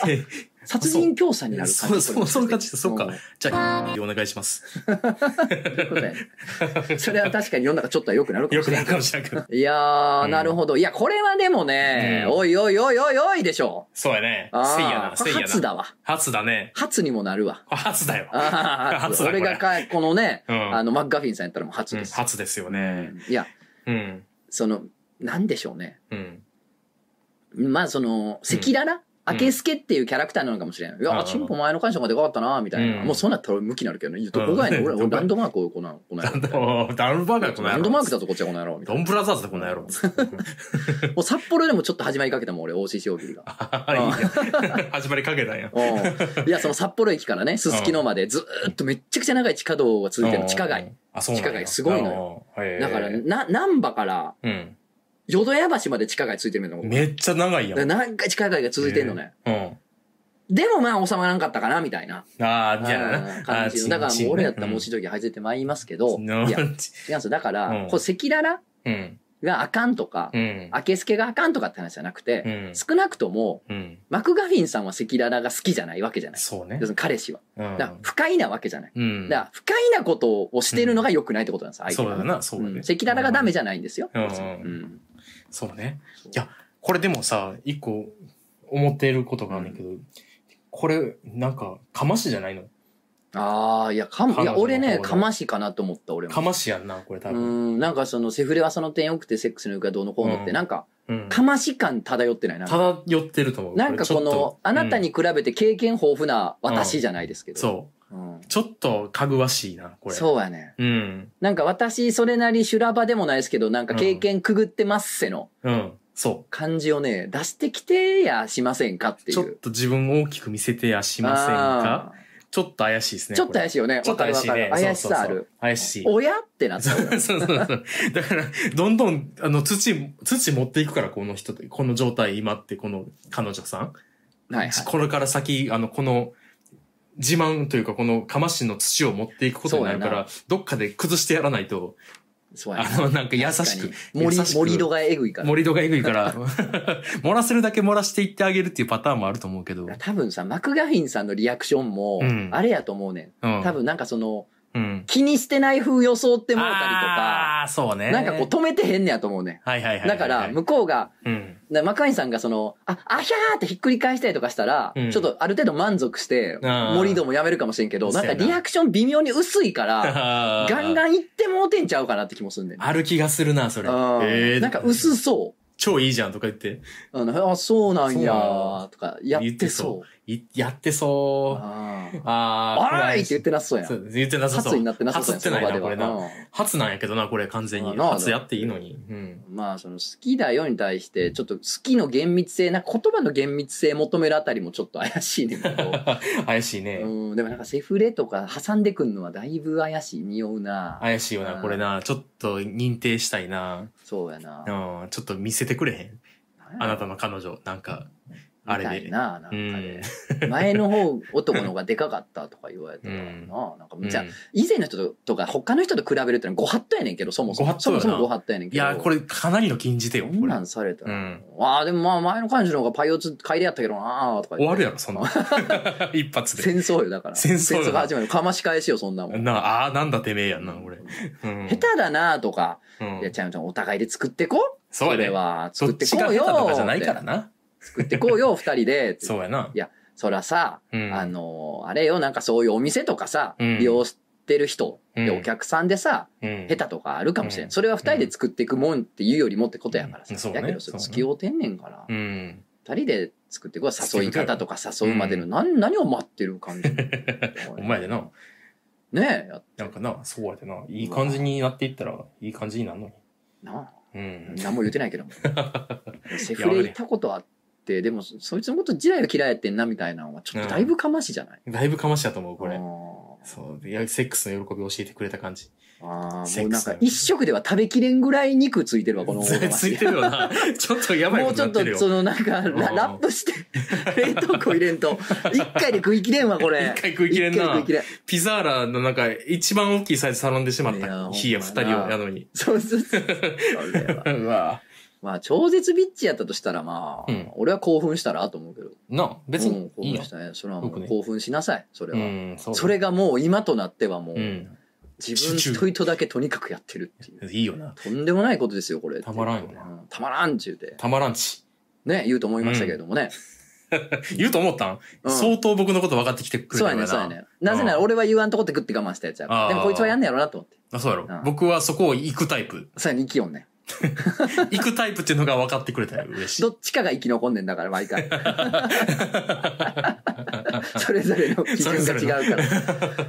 Speaker 2: え
Speaker 1: 殺人教唆になる
Speaker 2: そうそうそういう感じですそうか
Speaker 1: ん
Speaker 2: じゃあ、お願いします。
Speaker 1: ということでそれは確かに世の中ちょっとは良くなるかも
Speaker 2: よ
Speaker 1: し
Speaker 2: く
Speaker 1: れ
Speaker 2: な
Speaker 1: ないい
Speaker 2: か。もしれないけど。
Speaker 1: いやー、
Speaker 2: うん
Speaker 1: なるほど。いや、これはでもね、
Speaker 2: うん
Speaker 1: おいおいおいおいおいでしょ。
Speaker 2: そうやね。
Speaker 1: あー
Speaker 2: せいやな、せいや
Speaker 1: 初
Speaker 2: な。
Speaker 1: だわ。
Speaker 2: 初だね。
Speaker 1: 初にもなるわ。
Speaker 2: あ初だよ。
Speaker 1: ああ、
Speaker 2: 初だ
Speaker 1: 俺がか、このね、
Speaker 2: うん
Speaker 1: あの、マッガフィンさんやったらもう初
Speaker 2: うん
Speaker 1: です。
Speaker 2: 初ですよね。
Speaker 1: いや、
Speaker 2: うん。
Speaker 1: その、なんでしょうね。
Speaker 2: うん。
Speaker 1: まあ、その、赤裸々、明けすけっていうキャラクターなのかもしれない。いや、
Speaker 2: う
Speaker 1: あ
Speaker 2: ん
Speaker 1: チンポ前の感謝がでかかったな、みたいな。
Speaker 2: うん
Speaker 1: もうそうなったら俺、向きになるけどね。いやどこがやねん。
Speaker 2: うん
Speaker 1: 俺、俺ランドマークをこの、この
Speaker 2: ダ
Speaker 1: 野郎
Speaker 2: ンドダンバーガーこの
Speaker 1: ラ
Speaker 2: 野郎
Speaker 1: ンドマークだぞ、こっちはこの野郎。みた
Speaker 2: ド
Speaker 1: いな
Speaker 2: ンブラザーズだこの野郎。
Speaker 1: もう札幌でもちょっと始まりかけたもん、俺、OCC 大喜利が。
Speaker 2: いいね始まりかけたんや。
Speaker 1: うんいや、その札幌駅からね、すすきのまでずーっとめっちゃくちゃ長い地下道が続いてるの、地下街。。
Speaker 2: あ、そうなんや
Speaker 1: 地下街すごいの
Speaker 2: よ。へー
Speaker 1: だから、な、難波から、
Speaker 2: うん。
Speaker 1: 淀屋橋まで地下街ついてるみたいなこと
Speaker 2: めっちゃ長いや
Speaker 1: だから
Speaker 2: ん。
Speaker 1: 長い地下街が続いてるのね。
Speaker 2: うん。
Speaker 1: でもまあ収まらんかったかな、みたいな。
Speaker 2: ああ、みたいな
Speaker 1: うん
Speaker 2: ね。
Speaker 1: 感じのだからもう俺やったらもう
Speaker 2: し
Speaker 1: 一度履いててまいりますけど、いや、違うん
Speaker 2: う
Speaker 1: ですよ。だから、
Speaker 2: うん
Speaker 1: こう赤裸々
Speaker 2: ん。
Speaker 1: があかんとか
Speaker 2: う、ん。
Speaker 1: 明けすけがあかんとかって話じゃなく
Speaker 2: う
Speaker 1: て、
Speaker 2: ん。
Speaker 1: 少なくとも、
Speaker 2: うん。
Speaker 1: マクガフィンさんは赤裸々が好きじゃないわけじゃない。
Speaker 2: そう
Speaker 1: 要
Speaker 2: ね
Speaker 1: す。るに彼氏は。
Speaker 2: う
Speaker 1: だから
Speaker 2: ん。
Speaker 1: 不快なわけじゃない。
Speaker 2: うん
Speaker 1: だから不快なことをしてるのが良くないってことなんです、相手
Speaker 2: そう
Speaker 1: が
Speaker 2: だな、そう
Speaker 1: う
Speaker 2: だ
Speaker 1: ん
Speaker 2: ね。
Speaker 1: 赤裸々がダメじゃないんですよ。
Speaker 2: うん
Speaker 1: 別に
Speaker 2: うん
Speaker 1: ん
Speaker 2: そうね。いや、これでもさ、一個思ってることがあるんだけど、これ、なんか、かましじゃないの
Speaker 1: ああ、いや、かも、い
Speaker 2: 彼女の
Speaker 1: や、
Speaker 2: 方
Speaker 1: 俺ね、
Speaker 2: の
Speaker 1: かましかなと思った、俺も。
Speaker 2: かましやんな、これ多
Speaker 1: う
Speaker 2: 分。
Speaker 1: ん、なんかその、セフレはその点良くて、セックスの欲がどうのこうのって、
Speaker 2: うん
Speaker 1: なんか、
Speaker 2: うん。
Speaker 1: かまし感漂ってないな。
Speaker 2: ただ寄ってると思う。
Speaker 1: なんか
Speaker 2: れちょ
Speaker 1: こ
Speaker 2: っと
Speaker 1: の、あなた
Speaker 2: う
Speaker 1: に比べて経験豊富な私じゃないですけ
Speaker 2: ん
Speaker 1: ど。
Speaker 2: そう。
Speaker 1: うん。
Speaker 2: ちょっとかぐわしいな、これ。う。
Speaker 1: そうやね。
Speaker 2: ん。
Speaker 1: なんか私、それなり修羅場でもないですけど、なんか経験くぐってますせの
Speaker 2: うん。そ
Speaker 1: 感じをね、出してきてやしませんかって
Speaker 2: う。
Speaker 1: いう。
Speaker 2: ちょっと自分を大きく見せてやしませんか
Speaker 1: あ
Speaker 2: ちょっと怪しいです
Speaker 1: ー
Speaker 2: ね。
Speaker 1: ちょっと怪
Speaker 2: しい。
Speaker 1: しいよね。
Speaker 2: ちょっと怪しい
Speaker 1: わかる
Speaker 2: ね
Speaker 1: わ。かる怪しさあ
Speaker 2: そうそう
Speaker 1: る
Speaker 2: そう。怪しい。
Speaker 1: 親ってなっちゃうよ。
Speaker 2: そうそうそう。だから、どんどん、あの、土、土持っていくから、この人と、この状態、今って、この彼女さん。
Speaker 1: はいはい。
Speaker 2: これから先、あの、この、自慢というか、この、かましの土を持っていくことになるか
Speaker 1: そうや
Speaker 2: ら、どっかで崩してやらないと、
Speaker 1: そうや
Speaker 2: あ
Speaker 1: な
Speaker 2: の、なんか優しく
Speaker 1: 確か、に森
Speaker 2: 優しく
Speaker 1: 森戸がえぐいから。
Speaker 2: 盛り土がえぐいから、 漏らせるだけ漏らしていってあげるっていうパターンもあると思うけど。
Speaker 1: 多分さ、マクガフィンさんのリアクションも
Speaker 2: うん、
Speaker 1: あれやと思うね
Speaker 2: うん
Speaker 1: ん。多分なんかその、
Speaker 2: うん。
Speaker 1: 気にしてない風装ってもうたりとか、
Speaker 2: ああー、そうね。
Speaker 1: なんかこう止めてへんねやと思うね
Speaker 2: はいはいはいは
Speaker 1: ん。
Speaker 2: い。
Speaker 1: だから、 向こうが、
Speaker 2: うん。
Speaker 1: なマクガフィンさんがその、あ、あひゃーってひっくり返したりとかしたら、
Speaker 2: うん
Speaker 1: ちょっとある程度満足して、
Speaker 2: あー
Speaker 1: 森戸もやめるかもしれんけど、
Speaker 2: そ
Speaker 1: な
Speaker 2: うんや
Speaker 1: か
Speaker 2: な
Speaker 1: リアクション微妙に薄いか ら、
Speaker 2: ガ
Speaker 1: ガンガ
Speaker 2: ン。
Speaker 1: ン行ってもうてんちゃうかなって気もすんねん。
Speaker 2: ある気がするな、それ。
Speaker 1: うんなんか薄そう。
Speaker 2: 超いいじゃんとか言って。
Speaker 1: あのあ、そうなんや
Speaker 2: そうなん
Speaker 1: ーとか、やって
Speaker 2: 言
Speaker 1: そう。
Speaker 2: っいやってそう。
Speaker 1: あー
Speaker 2: あー
Speaker 1: あらいって言ってなさそうやん
Speaker 2: そ。う言ってなさ
Speaker 1: 殺
Speaker 2: そう。
Speaker 1: になってなさそうやん、
Speaker 2: 初ってないな、こ
Speaker 1: 場
Speaker 2: れ
Speaker 1: では
Speaker 2: な。初なんやけどな、これ完全
Speaker 1: あ
Speaker 2: に。
Speaker 1: なあ
Speaker 2: 初やっていいのに。うん。
Speaker 1: うんまあ、その、好きだよに対して、ちょっと好きの厳密性、なんか言葉の厳密性求めるあたりもちょっと怪しいねん けど。
Speaker 2: 怪しいね。
Speaker 1: うん、でもなんかセフレとか挟んでくんのはだいぶ怪しい匂うな。
Speaker 2: 怪しいよな、これな。ちょっと認定したいな。
Speaker 1: そうやな。
Speaker 2: うん、ちょっと見せてくれへん。あなたの彼女、なんか、あれ
Speaker 1: みた
Speaker 2: で
Speaker 1: い。な、なんか
Speaker 2: う
Speaker 1: で
Speaker 2: ん。
Speaker 1: 前の方、男の方がでかかったとか言われた からな。なんか、じゃあ
Speaker 2: うん
Speaker 1: 以前の人ととか他の人と比べるってのはご法度やねんけど、そもそも。
Speaker 2: ご
Speaker 1: そ
Speaker 2: 法度や
Speaker 1: も
Speaker 2: な
Speaker 1: そもご法度やねん
Speaker 2: い
Speaker 1: けど。
Speaker 2: や、これかなりの禁じ手よ、
Speaker 1: こ
Speaker 2: こ
Speaker 1: ん
Speaker 2: れ
Speaker 1: な。んされたら。
Speaker 2: うん
Speaker 1: ああ、でもまあ前の彼女の方がパイオツ買いでやったけどなーとか
Speaker 2: 終
Speaker 1: 言っ
Speaker 2: わ
Speaker 1: て。
Speaker 2: るやろ、そんな。 一発で。
Speaker 1: 戦争よ、だから。
Speaker 2: 戦争よな
Speaker 1: が始まる。かまし返しよ、そんなもん。
Speaker 2: なあ、あーなんだてめえやんな、俺。うん
Speaker 1: 下手だなーとか、
Speaker 2: うん
Speaker 1: いや、ちゃんちゃんお互いで作ってこう。
Speaker 2: そうや
Speaker 1: れ
Speaker 2: で。
Speaker 1: は、
Speaker 2: そ
Speaker 1: 作
Speaker 2: っ
Speaker 1: って
Speaker 2: ち
Speaker 1: こ
Speaker 2: が
Speaker 1: う
Speaker 2: 下手
Speaker 1: よ
Speaker 2: と
Speaker 1: ー。
Speaker 2: かじゃないから
Speaker 1: って
Speaker 2: な。
Speaker 1: 作ってこうよ、二人で。
Speaker 2: そうやな。
Speaker 1: そらさ、
Speaker 2: うん
Speaker 1: あのー、あれよ、なんかそういうお店とかさ、
Speaker 2: うん
Speaker 1: 利用してる人、で
Speaker 2: うん
Speaker 1: お客さんでさ、
Speaker 2: うん
Speaker 1: 下手とかあるかもしれん。
Speaker 2: うん
Speaker 1: それは二人で作っていくもんっていうよりもってことやから
Speaker 2: うんそ
Speaker 1: さ。
Speaker 2: うね
Speaker 1: やけど、それ
Speaker 2: そうね
Speaker 1: 付き合うてんねんから
Speaker 2: う。ん。
Speaker 1: 二人で作っていくわ。誘い方とか誘うまでの、
Speaker 2: う
Speaker 1: 何、何を待ってる感じ。
Speaker 2: お前でな。
Speaker 1: ねえ、やっ
Speaker 2: なんかな、そうやでな。いい感じになっていったら、いい感じになるのに。
Speaker 1: なあ
Speaker 2: うん。
Speaker 1: 何も言うてないけども。セフレ行ったことあっって、でもそそいつのこと自体が嫌いやってんなみたいなのは、ちょっとだいぶかましじゃない、
Speaker 2: だいぶかましだと思う、こ
Speaker 1: あ
Speaker 2: れ。
Speaker 1: ー
Speaker 2: そう。でいや、セックスの喜びを教えてくれた感じ。
Speaker 1: あー
Speaker 2: セッ
Speaker 1: もう
Speaker 2: ク
Speaker 1: なん
Speaker 2: ス
Speaker 1: か一食では食べきれんぐらい肉ついてるわ、この大
Speaker 2: つい
Speaker 1: 箸
Speaker 2: て。るよな。 ちょっとやばい
Speaker 1: も
Speaker 2: こ
Speaker 1: うち
Speaker 2: と
Speaker 1: ょ
Speaker 2: に
Speaker 1: っ
Speaker 2: なってる
Speaker 1: と
Speaker 2: よ。
Speaker 1: そのなんかラ
Speaker 2: うん
Speaker 1: ラップして冷凍庫入れん と一回で食い切れんわこれ
Speaker 2: 一回食いきれん
Speaker 1: 一回
Speaker 2: な
Speaker 1: 食い。切れん
Speaker 2: ピザーラのなんか一番大きいサイズ頼んでしまっ
Speaker 1: いや
Speaker 2: た日や、
Speaker 1: ほ
Speaker 2: 二
Speaker 1: んまや
Speaker 2: 人
Speaker 1: な
Speaker 2: をやのに。
Speaker 1: そうそうそうそれは
Speaker 2: うわ
Speaker 1: まあ超絶ビッチやったとしたらまあ、
Speaker 2: うん
Speaker 1: 俺は興奮したらと思うけど
Speaker 2: な、別
Speaker 1: うん
Speaker 2: に
Speaker 1: 興
Speaker 2: いい
Speaker 1: 奮
Speaker 2: よ
Speaker 1: し。たねそれはも
Speaker 2: 僕
Speaker 1: う
Speaker 2: ね
Speaker 1: 興奮しなさいそれ
Speaker 2: う
Speaker 1: は、
Speaker 2: ん、そう。
Speaker 1: それがもう今となってはもう、
Speaker 2: うん。
Speaker 1: 自分一人とだけとにかくやってるっていう
Speaker 2: いいよな。
Speaker 1: とんでもないことですよこれ
Speaker 2: たまらんよ
Speaker 1: う
Speaker 2: なん
Speaker 1: たまらんっちゅうて
Speaker 2: たまらんち。
Speaker 1: ね言うと思いましたけれどもね、
Speaker 2: 言うと思ったん、
Speaker 1: うん
Speaker 2: 相当僕のこと分かってきてくれ
Speaker 1: そうや
Speaker 2: たよ
Speaker 1: ね
Speaker 2: な。
Speaker 1: そうやねなぜなら俺は言わんとこってグッて我慢したやつやから
Speaker 2: あー
Speaker 1: でもこいつはやんねやろなと思って
Speaker 2: あそうやろ、
Speaker 1: うん
Speaker 2: 僕はそこを行くタイプ。
Speaker 1: そうやね生きよんね
Speaker 2: 行くタイプっていうのが分かってくれたら嬉しい
Speaker 1: ど。っちかが生き残んねんだから、毎 回。それぞれの基準が違うから。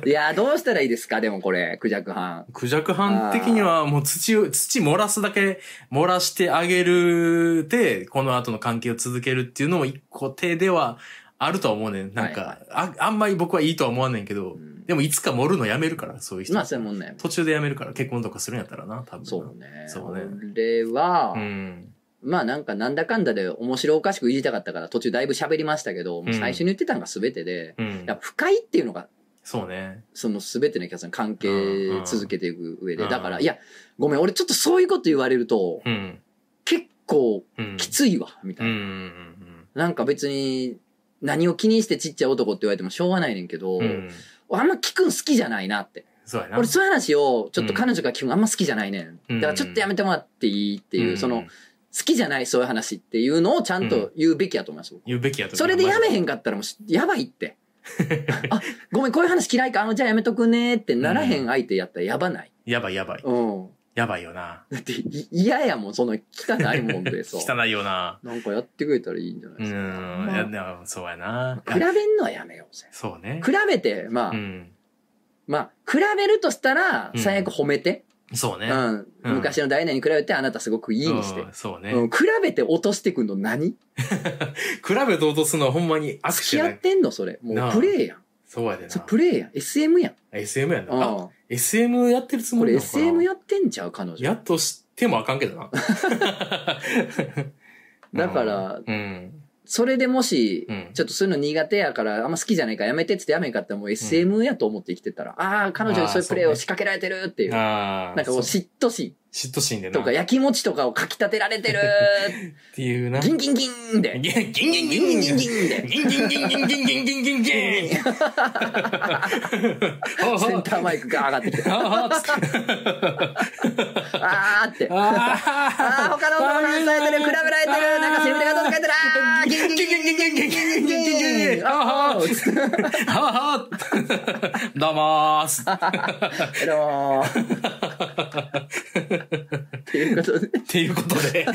Speaker 1: いやー、どうしたらいいですかでもこれ、クジャク班。
Speaker 2: クジャク班的にはもう土を、土漏らすだけ漏らしてあげるで、この後の関係を続けるっていうのも一個手ではあるとは思うねん。なんか、
Speaker 1: はい
Speaker 2: あ、あんまり僕はいいとは思わんねんけど、
Speaker 1: ん
Speaker 2: でもいつか盛るのやめるから、そういう人。
Speaker 1: まあ、そういうもんね。
Speaker 2: 途中でやめるから結婚とかするんやったらな、多分。
Speaker 1: そうね。
Speaker 2: そうね
Speaker 1: 俺は、
Speaker 2: うん。
Speaker 1: まあなんかなんだかんだで面白おかしくいじりたかったから途中だいぶ喋りましたけど、もう最初に言ってたのが全てで、
Speaker 2: うん
Speaker 1: やっ。ぱ不快っていうのが
Speaker 2: そうね。
Speaker 1: その全てのキャスの関係続けていく上で、
Speaker 2: うん
Speaker 1: だから、
Speaker 2: うん
Speaker 1: いや、ごめん、俺ちょっとそういうこと言われると、
Speaker 2: うん。
Speaker 1: 結構
Speaker 2: うん。
Speaker 1: きついわ、みた
Speaker 2: う
Speaker 1: い
Speaker 2: んう
Speaker 1: な。
Speaker 2: んうん
Speaker 1: なんか別に何を気にしてちっちゃい男って言われてもしょうがないねんけど、
Speaker 2: うん。うん。
Speaker 1: あんま聞くん好きじゃないなって。
Speaker 2: そうやな。
Speaker 1: 俺そういう話をちょっと彼女が聞くのあんま好きじゃないねん。
Speaker 2: うん
Speaker 1: だからちょっとやめてもらっていいっていう、
Speaker 2: ん
Speaker 1: その好きじゃないそういう話っていうのをちゃんと言うべきやと思います。
Speaker 2: 言うべきやと
Speaker 1: それでやめへ
Speaker 2: ん
Speaker 1: んかったらもうしやばいっ て。あ、ごめん、こういう話嫌いか、あの、じゃあやめとくねってならへん相手やったらやばない。
Speaker 2: やばいやばい
Speaker 1: うん。
Speaker 2: やばいよな
Speaker 1: だって、い嫌やもん、その汚いもん で、そう。
Speaker 2: 汚いよな
Speaker 1: なんかやってくれたらいいんじゃないうですか。
Speaker 2: んいやでもそうやな
Speaker 1: 比べんのはやめようぜ。
Speaker 2: そうね
Speaker 1: 比べて、まあ、
Speaker 2: うん
Speaker 1: まあ、比べるとしたら、
Speaker 2: うん
Speaker 1: 最悪褒めて、
Speaker 2: そう
Speaker 1: う
Speaker 2: ね
Speaker 1: ん
Speaker 2: うん
Speaker 1: 昔の誰々に比べて、あなたすごくいいにして。
Speaker 2: うんそうね
Speaker 1: うん、比べて落としてくんの何
Speaker 2: 比べと落とすのはほんまに
Speaker 1: 付
Speaker 2: 握手
Speaker 1: き
Speaker 2: や
Speaker 1: 合
Speaker 2: な
Speaker 1: ってんのそれ。
Speaker 2: な
Speaker 1: もう
Speaker 2: あ
Speaker 1: プレイやん。
Speaker 2: そうやで
Speaker 1: それ
Speaker 2: な
Speaker 1: プレイやん。SM やん。
Speaker 2: SM や
Speaker 1: う
Speaker 2: なんあ
Speaker 1: ん
Speaker 2: SM やってるつ
Speaker 1: こ
Speaker 2: もり
Speaker 1: れ
Speaker 2: なのかな
Speaker 1: SM やってんちゃう彼
Speaker 2: や
Speaker 1: 女。
Speaker 2: っとしてもあかんけどな
Speaker 1: だから
Speaker 2: うん
Speaker 1: それでもし
Speaker 2: う、ん
Speaker 1: ちょっとそういうの苦手やから、あんま好きじゃないからやめてってってやめんかったらもう SM やと思って生きてたら、ああ、彼女にそういうプレイを仕掛けられてるっていう。なん
Speaker 2: ああ
Speaker 1: かこう嫉妬心
Speaker 2: 嫉妬心でな
Speaker 1: とか
Speaker 2: っ
Speaker 1: 焼き餅とかをかき立てられてる。
Speaker 2: ていうな
Speaker 1: ギンギンギンで。
Speaker 2: ギンギンギンギ
Speaker 1: ギン
Speaker 2: ンギ
Speaker 1: ギンギン
Speaker 2: ン
Speaker 1: で。
Speaker 2: ギンギンギンギンギンギンギンギンギンセン
Speaker 1: センターマイクが上がってきて。
Speaker 2: あーつって
Speaker 1: あーって。あー、
Speaker 2: あ
Speaker 1: 他の男何されてる、比べられてる、なんかセリフがどうとか言ってる、あー、ギンギンギンギン
Speaker 2: ギンギンギンギンギンギンギンギンギンギンギンあーあーどうもーすっ
Speaker 1: ギン。どうもーということで、
Speaker 2: ていうことで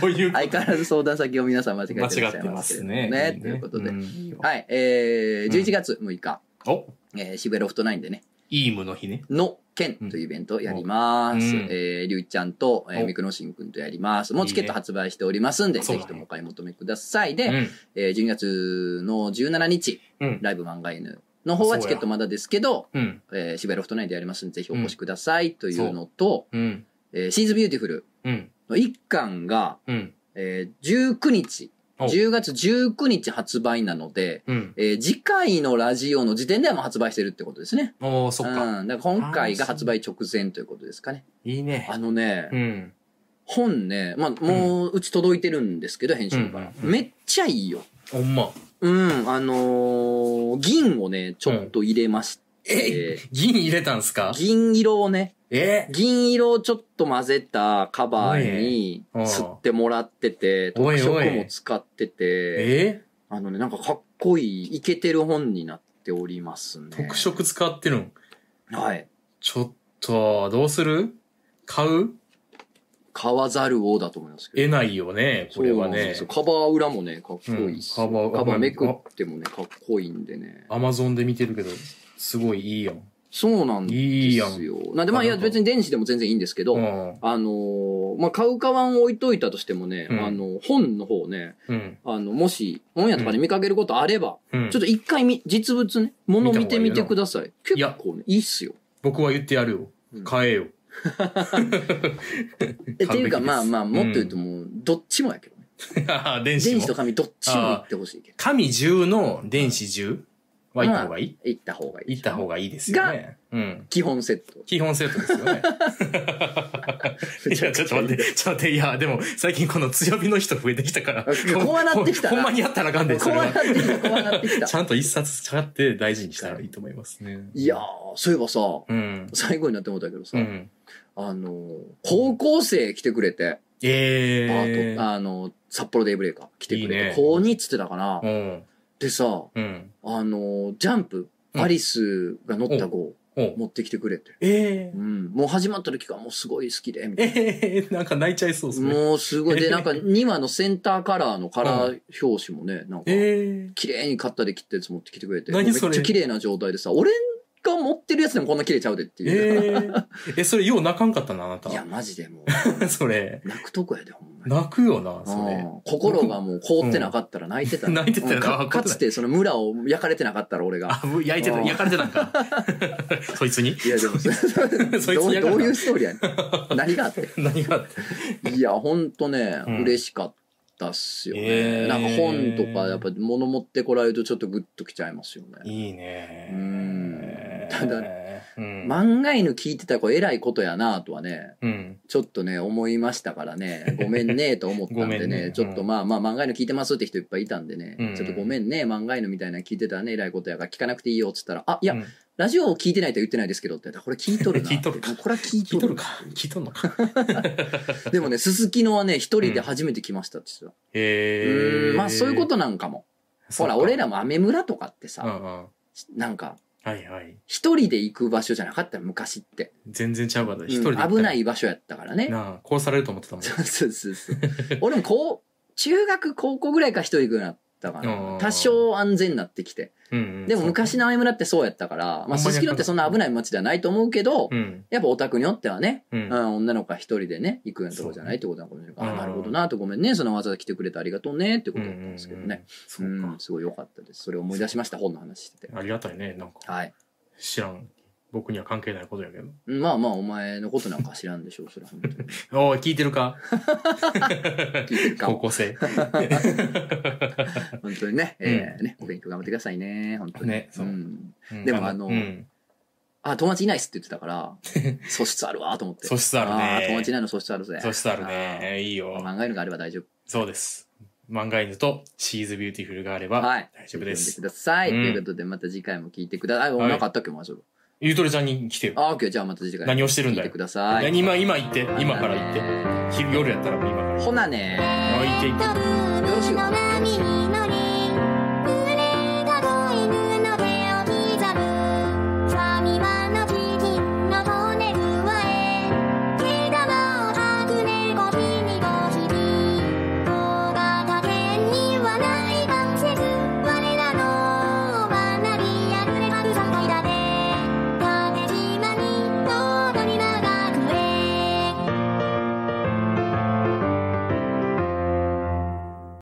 Speaker 2: どういう
Speaker 1: 相変わらず相談先を皆さん間違えて
Speaker 2: 間
Speaker 1: らっし
Speaker 2: 違
Speaker 1: ゃい
Speaker 2: って
Speaker 1: ま
Speaker 2: ます
Speaker 1: け
Speaker 2: す
Speaker 1: れども
Speaker 2: ね
Speaker 1: ね、ということで。
Speaker 2: ん
Speaker 1: はい、えー、11月6日、
Speaker 2: お
Speaker 1: えー、渋谷ロフト9でね、
Speaker 2: イームの日ね
Speaker 1: の剣というイベントをやります。
Speaker 2: うん
Speaker 1: えー、りゅうちゃんと、えー、
Speaker 2: お
Speaker 1: みくのしんくんとやります。もうチケット発売しておりますんで、
Speaker 2: いい
Speaker 1: ぜ
Speaker 2: ね
Speaker 1: ひともお買い求めください。で、
Speaker 2: うん
Speaker 1: えー、12月の17日、
Speaker 2: うん
Speaker 1: ライブ漫画犬の方はチケットまだですけど、
Speaker 2: うん
Speaker 1: えー、渋谷ロフト9でやりますんで、ぜひお越しくださいというのと、
Speaker 2: うん
Speaker 1: えー、シーズビューティフル
Speaker 2: うん
Speaker 1: の1巻が、
Speaker 2: うん
Speaker 1: えー、19日、
Speaker 2: お
Speaker 1: 10月19日発売なので、
Speaker 2: うん
Speaker 1: えー次回のラジオの時点ではもう発売してるってことですね。
Speaker 2: おーそっか
Speaker 1: うん。だから今回が発売直前ということですかね。
Speaker 2: いいね
Speaker 1: あのね、
Speaker 2: うん
Speaker 1: 本ね、まあ、もううち届いてるんですけど、編集から、
Speaker 2: うんうん
Speaker 1: めっちゃいいよ。
Speaker 2: ほんま
Speaker 1: うん、あのー銀をね、ちょっと入れまして、
Speaker 2: 銀入れたんすか
Speaker 1: 銀色をね、
Speaker 2: え
Speaker 1: 銀色をちょっと混ぜたカバーに
Speaker 2: おいおい
Speaker 1: 吸ってもらってて、
Speaker 2: お
Speaker 1: 特
Speaker 2: い
Speaker 1: 色
Speaker 2: おい
Speaker 1: も使ってて、
Speaker 2: え
Speaker 1: あのね、なんかかっこいい、イケてる本になっておりますね。
Speaker 2: 特色使ってるん
Speaker 1: はい。
Speaker 2: ちょっと、どうする買う
Speaker 1: 買わざるをだと思いますけど。
Speaker 2: 得ないよね、これはね。
Speaker 1: そうカバー裏もね、かっこいいっすよ、
Speaker 2: うんカバー
Speaker 1: カバーめくってもね、かっこいいんでね。
Speaker 2: アマゾンで見てるけど、すごいいいやん。
Speaker 1: そうなんですよ。
Speaker 2: いい
Speaker 1: なんでまあいや
Speaker 2: なるほど
Speaker 1: 別に電子でも全然いいんですけど、
Speaker 2: うん。
Speaker 1: あのーまあ買う買わん置いといたとしてもね、
Speaker 2: うん
Speaker 1: あの、本の方ね、
Speaker 2: うん。
Speaker 1: あの、もし、本屋とかで見かけることあれば、
Speaker 2: うん
Speaker 1: ちょっと一回み、実物ね、物見てみて
Speaker 2: 見た方がいいな
Speaker 1: ください。
Speaker 2: い
Speaker 1: 結
Speaker 2: や
Speaker 1: 構ね、いいっすよ。
Speaker 2: 僕は言ってやるよ
Speaker 1: うん。
Speaker 2: 買えよ。
Speaker 1: えっていうか
Speaker 2: 完璧です
Speaker 1: まあまあ、もっと言うともう、どっちもやけどね。
Speaker 2: 電子
Speaker 1: 電子
Speaker 2: も
Speaker 1: と。紙どっちも行ってほしいけど。
Speaker 2: 紙10の電子10は行った方がいい
Speaker 1: 行った方がいい。
Speaker 2: 行った方がいいですよね。うん。
Speaker 1: 基本セット。
Speaker 2: 基本セットですよ ね。いや、ちょっと待って、ちょっと待って、いや、でも最近この強火の人増えてきたから。
Speaker 1: 怖なってきたな
Speaker 2: ほんまにやったらあかんで、それ
Speaker 1: 怖
Speaker 2: は
Speaker 1: な。ってきた、怖なってきた
Speaker 2: ち。ゃんと一冊使って大事にしたらいいと思いますね。
Speaker 1: いやー、そういえばさ、
Speaker 2: うん。
Speaker 1: 最後になって思ったけどさ、
Speaker 2: うん。
Speaker 1: あのー、高校生来てくれて、
Speaker 2: え
Speaker 1: パー
Speaker 2: え
Speaker 1: ト、あのー、札幌デイブレイカー来てくれて、
Speaker 2: いいね
Speaker 1: 高2っつってたかな。
Speaker 2: うん。
Speaker 1: でさ、
Speaker 2: うん。
Speaker 1: あのー、ジャンプ、
Speaker 2: うん
Speaker 1: アリスが乗った号
Speaker 2: お
Speaker 1: 持ってきてくれて、
Speaker 2: え
Speaker 1: う。ん、もう始まった時からもうすごい好きで、みたいな。
Speaker 2: ええ、なんか泣いちゃいそうですね。
Speaker 1: もうす ごい。で、なんか2話のセンターカラーのカラー表紙もね、なんか、
Speaker 2: ええ。
Speaker 1: 綺麗にカッターで切ったやつ持ってきてくれて、もうめ
Speaker 2: 何
Speaker 1: っち
Speaker 2: それ
Speaker 1: ゃ綺麗な状態でさ、俺が持ってるやつでもこんな綺麗ちゃうでっていう。
Speaker 2: え え。え、それよう泣かんかったな、あない
Speaker 1: や、
Speaker 2: た。
Speaker 1: マジでも
Speaker 2: それ。
Speaker 1: う、泣くとこやで、ほんまに。
Speaker 2: 泣くよな、それ。
Speaker 1: うん心がもう凍ってなかったら泣いてたね。
Speaker 2: 泣いてたよ
Speaker 1: うんか
Speaker 2: あ
Speaker 1: かつてその村を焼かれてなかったら俺が。
Speaker 2: あ、ぶ焼いてた、
Speaker 1: うん
Speaker 2: 焼かれてたんか。 そいつに
Speaker 1: いやでも、そ
Speaker 2: そい
Speaker 1: ど
Speaker 2: つ
Speaker 1: う
Speaker 2: に焼かれた
Speaker 1: どういうストーリーやねん。何があって。
Speaker 2: 何があって。
Speaker 1: いや、ほんとね、
Speaker 2: うん
Speaker 1: 嬉しかったっすよね。
Speaker 2: えー
Speaker 1: なんか本とか、やっぱ物持ってこられるとちょっとグッときちゃいますよね。
Speaker 2: いいね。
Speaker 1: うんただ
Speaker 2: うん。
Speaker 1: 漫画犬聞いてた子偉いことやなとはね、
Speaker 2: うん。
Speaker 1: ちょっとね、思いましたからね、ごめんねと思ったんで
Speaker 2: ごめ
Speaker 1: ね、
Speaker 2: んね
Speaker 1: ちょっとまあまあ漫画犬聞いてますって人いっぱいいたんでね、
Speaker 2: うん
Speaker 1: ちょっとごめんね、漫画犬みたいなの聞いてたらね、偉いことやから聞かなくていいよっつったら、あ、い
Speaker 2: い
Speaker 1: や、ラジオを聞いてないとは言ってないですけどって、これ聞いとるなって。
Speaker 2: 聞いとるか
Speaker 1: これは聞い
Speaker 2: 聞
Speaker 1: と
Speaker 2: いと
Speaker 1: る
Speaker 2: るか。聞いとるのか。
Speaker 1: でもね、すすきのはね、一人で初めて来ましたって言ってた
Speaker 2: へ
Speaker 1: う
Speaker 2: え。
Speaker 1: んまあそういうことなんかも。ほら、俺らもアメ村とかって
Speaker 2: う
Speaker 1: さ、
Speaker 2: んうん。
Speaker 1: なんか、
Speaker 2: はいはい。
Speaker 1: 一人で行く場所じゃなかった昔って。
Speaker 2: 全然ちゃうわ。
Speaker 1: うん
Speaker 2: 一人で。
Speaker 1: 危な。い場所やったからね。
Speaker 2: なあ、殺されると 思ってたもん。
Speaker 1: そうそうそうそう。俺もこう、中学、高校ぐらいから一人行くようになったか
Speaker 2: う
Speaker 1: な。
Speaker 2: ん
Speaker 1: 多少安全になってきて。
Speaker 2: うんうん。
Speaker 1: でも昔のアメ村ってそうやったから、まあ、
Speaker 2: ほんま
Speaker 1: す
Speaker 2: に
Speaker 1: すきのってそんな危ない街ではないと思うけど、
Speaker 2: そう。うん。
Speaker 1: やっぱオタクによってはね、
Speaker 2: う。
Speaker 1: うんん、女の子が一人でね、行くようなとこじゃないってことなのかもしれないから、
Speaker 2: うん
Speaker 1: あなるほどなと、ごめんね、そのわざわざ来てくれてありがとうねってこ
Speaker 2: うん
Speaker 1: と
Speaker 2: う
Speaker 1: だった
Speaker 2: ん
Speaker 1: ん
Speaker 2: うん
Speaker 1: ですけどね。。
Speaker 2: そううんか、。
Speaker 1: すごい良かったです。それ思い出しました、本の話してて。
Speaker 2: ありがたいね。なんか、
Speaker 1: はい。
Speaker 2: 知らん。僕には関係ないことやけど。
Speaker 1: まあまあ、お前のことなんか知らんでしょう、それは本 当に。
Speaker 2: おい、聞いてるか
Speaker 1: 聞いてるか
Speaker 2: 高
Speaker 1: も。
Speaker 2: 校生。
Speaker 1: 本当にね、えーね、お勉強頑張ってくださいね、本当に。
Speaker 2: ねそう
Speaker 1: うん
Speaker 2: うん
Speaker 1: でもあの
Speaker 2: うん
Speaker 1: あ、友達いないっすって言ってた から、素質あるわ、と思って。
Speaker 2: 素質あるね
Speaker 1: ー友達いないの素質あるぜ。
Speaker 2: そしたらね、いい
Speaker 1: あ
Speaker 2: よ
Speaker 1: ー。。漫画犬があれば大丈夫。
Speaker 2: そうです。漫画犬とシーズビューティフルがあれば
Speaker 1: はい。
Speaker 2: 大丈夫で
Speaker 1: 読
Speaker 2: す
Speaker 1: ん。でください。
Speaker 2: うん
Speaker 1: ということで、また次回も聞いてください。あ、
Speaker 2: はい
Speaker 1: なんかあったっけ、マジで。
Speaker 2: ゆとりちゃんに来てよ。
Speaker 1: あ、OK。じゃあまた次回。
Speaker 2: 何をしてるん
Speaker 1: 聞い
Speaker 2: だ
Speaker 1: て
Speaker 2: よ
Speaker 1: く。ださい。
Speaker 2: 何今、今言って。今から言って。
Speaker 1: て。
Speaker 2: 昼夜やったら今から。
Speaker 1: ほなね
Speaker 2: 置いていって。
Speaker 1: よろしいわ。
Speaker 4: 「みんな